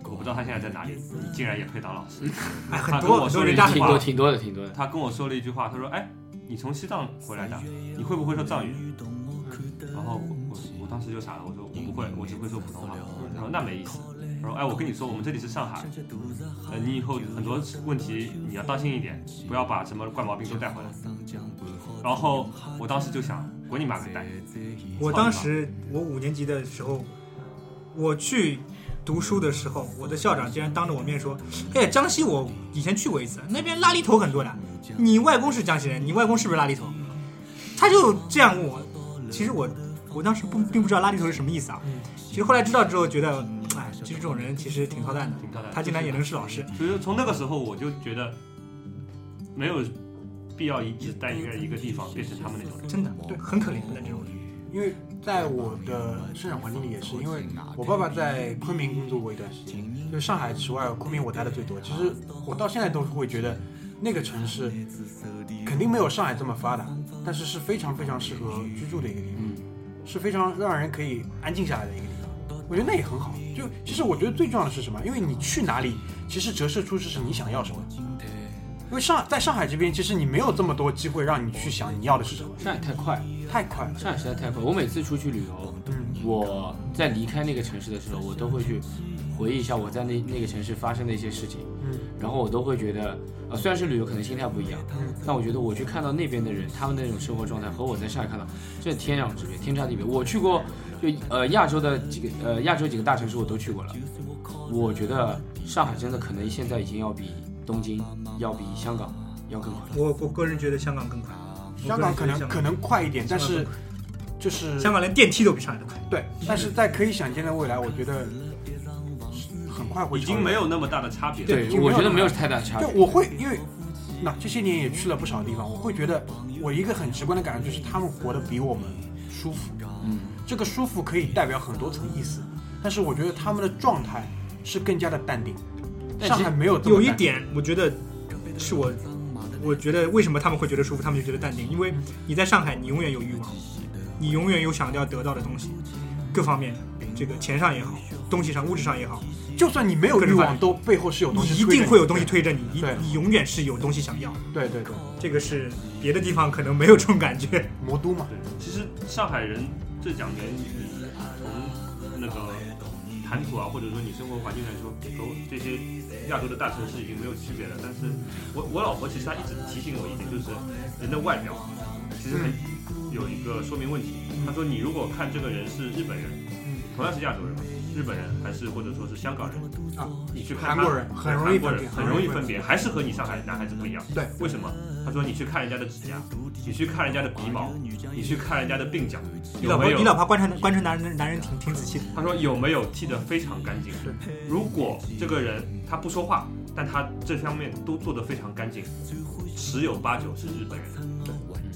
我不知道他现在在哪里。你竟然也配当老师？哎，他很跟我多很说多了人一家句很挺话多多挺多的，挺多的。他跟我说了一句话，他说：“哎，你从西藏回来的，你会不会说藏语？”然后我我我当时就傻了，我说我不会，我只会说普通话。他说那没意思。他说哎，我跟你说，我们这里是上海，呃，你以后很多问题你要当心一点，不要把什么怪毛病都带回来。然后我当时就想，滚你妈个蛋！我当时我五年级的时候，我去读书的时候，我的校长竟然当着我面说：“哎呀，江西我以前去过一次，那边垃圾头很多的。你外公是江西人，你外公是不是垃圾头？”他就这样问我。其实我我当时不并不知道垃圾头是什么意思啊。其实后来知道之后，觉得哎，其实这种人其实挺操蛋的挺操蛋，他竟然也能是老师。所以说从那个时候我就觉得没有必要一直在一个一个地方变成他们那种人。真的，对，很可怜的这种人。因为在我的生长环境里也是，因为我爸爸在昆明工作过一段时间，就上海之外，昆明我待的最多。其实我到现在都会觉得，那个城市肯定没有上海这么发达，但是是非常非常适合居住的一个地方，是非常让人可以安静下来的一个地方。我觉得那也很好。就其实我觉得最重要的是什么？因为你去哪里，其实折射出就是你想要什么。因为上在上海这边，其实你没有这么多机会让你去想你要的是什么，上海太快，太快了。上海实在太快。我每次出去旅游，我在离开那个城市的时候，我都会去回忆一下我在那那个城市发生的一些事情。嗯，然后我都会觉得，呃，虽然是旅游，可能心态不一样，嗯但我觉得我去看到那边的人，他们的那种生活状态和我在上海看到，真的天壤之别，天差地别。我去过，就呃亚洲的几个呃亚洲几个大城市我都去过了，我觉得上海真的可能现在已经要比东京，要比香港要更好了。我我个人觉得香港更快，香港可我个人觉能得可能快一点，但是就是香港嗯连电梯都比上海的快。对，但是在可以想见的未来，我觉得很快会已经没有那么大的差别了。对已经没有我觉得那么没有太大的差就别。我会因为那这些年也去了不少地方，我会觉得我一个很直观的感受就是他们活得比我们舒服。嗯，这个舒服可以代表很多层意思，但是我觉得他们的状态是更加的淡定。但上其海没有这么有一淡定点，我觉得是我，我觉得为什么他们会觉得舒服，他们就觉得淡定，因为你在上海，你永远有欲望，你永远有想要得到的东西，各方面，这个钱上也好，东西上、物质上也好，就算你没有各欲种望，反都背后是有你东西，一定会有东西。推着你，你对你永远是有东西想要的，对对对，这个是别的地方可能没有这种感觉。魔都嘛，对，其实上海人这两年你从那个谈吐啊，或者说你生活环境来说，和这些亚洲的大城市已经没有区别了。但是我我老婆其实她一直提醒我一点，就是人的外表其实很有一个说明问题。她说你如果看这个人是日本人，同样是亚洲人，日本人还是或者说是香港人，嗯啊，你去看韩他国人对很容易韩国分人辨很容易分别，还是和你上海男孩子不一样。对，为什么？他说你去看人家的指甲，你去看人家的鼻毛，你去看人家的鬓角，你有老婆，没你老有？婆观察观察男人男人挺挺仔细的，他说有没有剃得非常干净？如果这个人他不说话，但他这方面都做得非常干净，十有八九是日本人，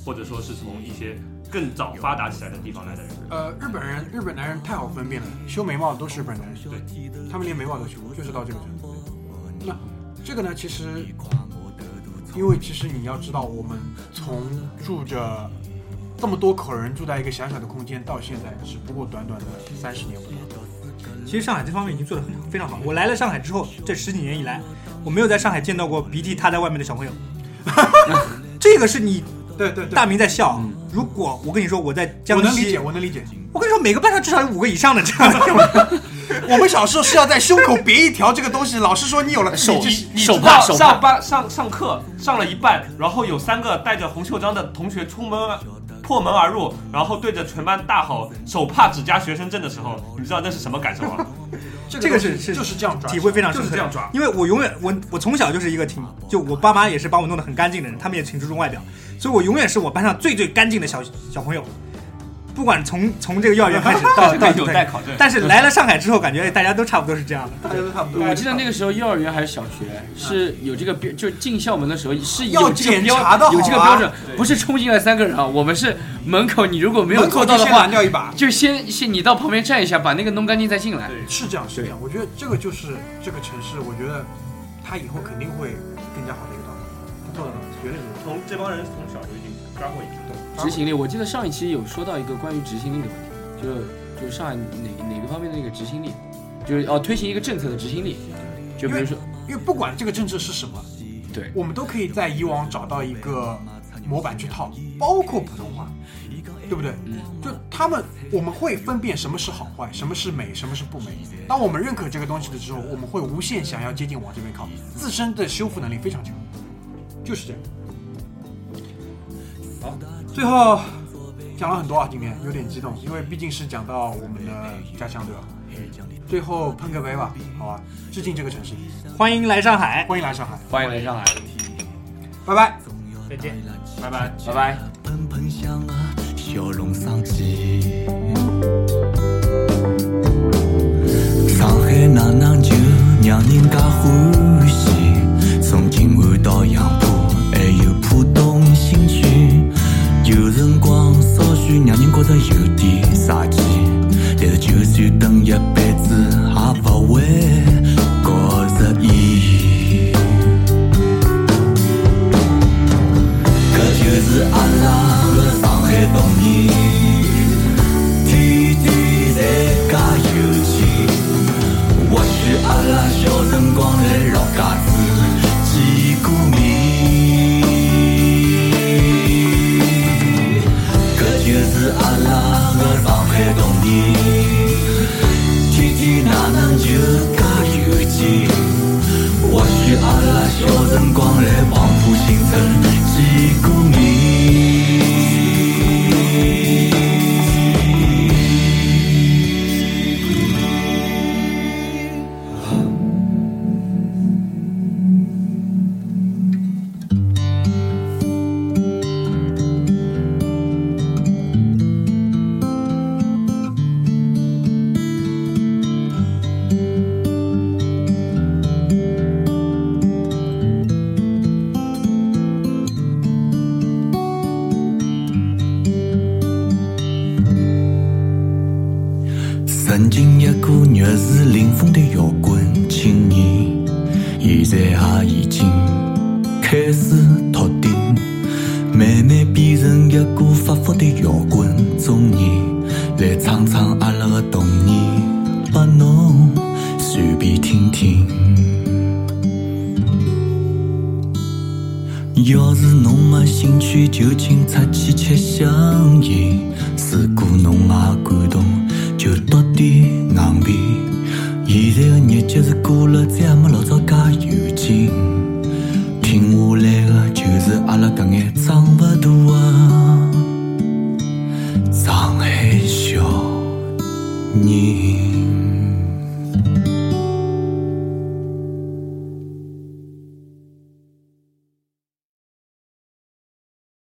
或者说是从一些更早发达起来的地方来的人。呃，日本人，日本男人太好分辨了，修眉毛都是日本男人，对，他们连眉毛都修，就是到这个程度。那这个呢，其实，因为其实你要知道，我们从住着这么多口人住在一个小小的空间，到现在只不过短短的三十年不到。其实上海这方面已经做得很好，非常好。我来了上海之后，这十几年以来，我没有在上海见到过鼻涕塌在外面的小朋友， (laughs) 这个是你对对嗯大明在笑。如果我跟你说我在江我能理西解，，我能理解。我跟你说每个班上至少有五个以上的这 (laughs) 样的。我们小时候是要在胸口别一条这个东西，老师说你有了手你这你手知帕道手上帕，班上上课上了一半，然后有三个带着红袖章的同学出门而破门而入，然后对着全班大吼“手帕只加学生证”的时候，你知道那是什么感受吗？这这个个是是是啊就是这样抓起体来，会非常深就刻，是这样抓因为我永远我我从小就是一个挺就我爸妈也是把我弄得很干净的人，他们也挺注重外表，所以我永远是我班上最最干净的小小朋友。不管从从这个幼儿 (laughs) 园开始到到有待考证但是来了上海之后，感觉哎大家都差不多是这样的。大家都差不多。啊我记得那个时候幼儿园还是小学，是有这个标，就进校门的时候是要有这个检查的好标，啊有这个标准，不是冲进来三个人啊，我们是门口你如果没有门口做就到的先话拦，掉一把，就先先你到旁边站一下，把那个弄干净再进来。是这样，是这样。我觉得这个就是这个城市，我觉得它以后肯定会更加好的一个道路，它做得到了，绝对做得从这帮人从小就已经抓过一遍。到。执行力，我记得上一期有说到一个关于执行力的问题，就就上海哪哪个方面的那个执行力，就是哦推行一个政策的执行力，就比如说因为不管这个政治是什么，对我们都可以在以往找到一个模板去套，包括普通话，对不对？就他们，我们会分辨什么是好坏，什么是美，什么是不美。当我们认可这个东西的时候，我们会无限想要接近往这边靠，自身的修复能力非常强，就是这样。最后讲了很多啊，今天有点激动，因为毕竟是讲到我们的家乡，对吧？最后碰个杯吧，好吧，致敬这个城市，欢迎来上海，欢迎来上海，欢迎来上海，拜拜。再见。拜拜。拜拜。喷喷香啊，笑容丧气。上海哪能就让人家欢喜？从静安到杨浦，还有浦东新区，有辰光稍许让人觉得有点傻气。但是就算等一辈子，也不会觉着意。搿就是阿拉个上海童年，天天侪介有钱。或许阿拉小辰光来老家子见过面，搿就是阿拉个上海童年。天天哪能就介有钱？或许阿拉小辰光来黄浦新村见过面。 Thank 曾经一个热是领风的摇滚青年，现在也已经开始托顶，慢慢变成一个发福的摇滚中年，来唱唱阿拉的童年，拨侬随便听听。要是侬没兴趣，就请出去吃香烟。如果侬也感动，就到底硬皮。现在的日脚是过了，再也没老早介有劲。停下来的就是阿拉搿眼长勿大啊的上海小人。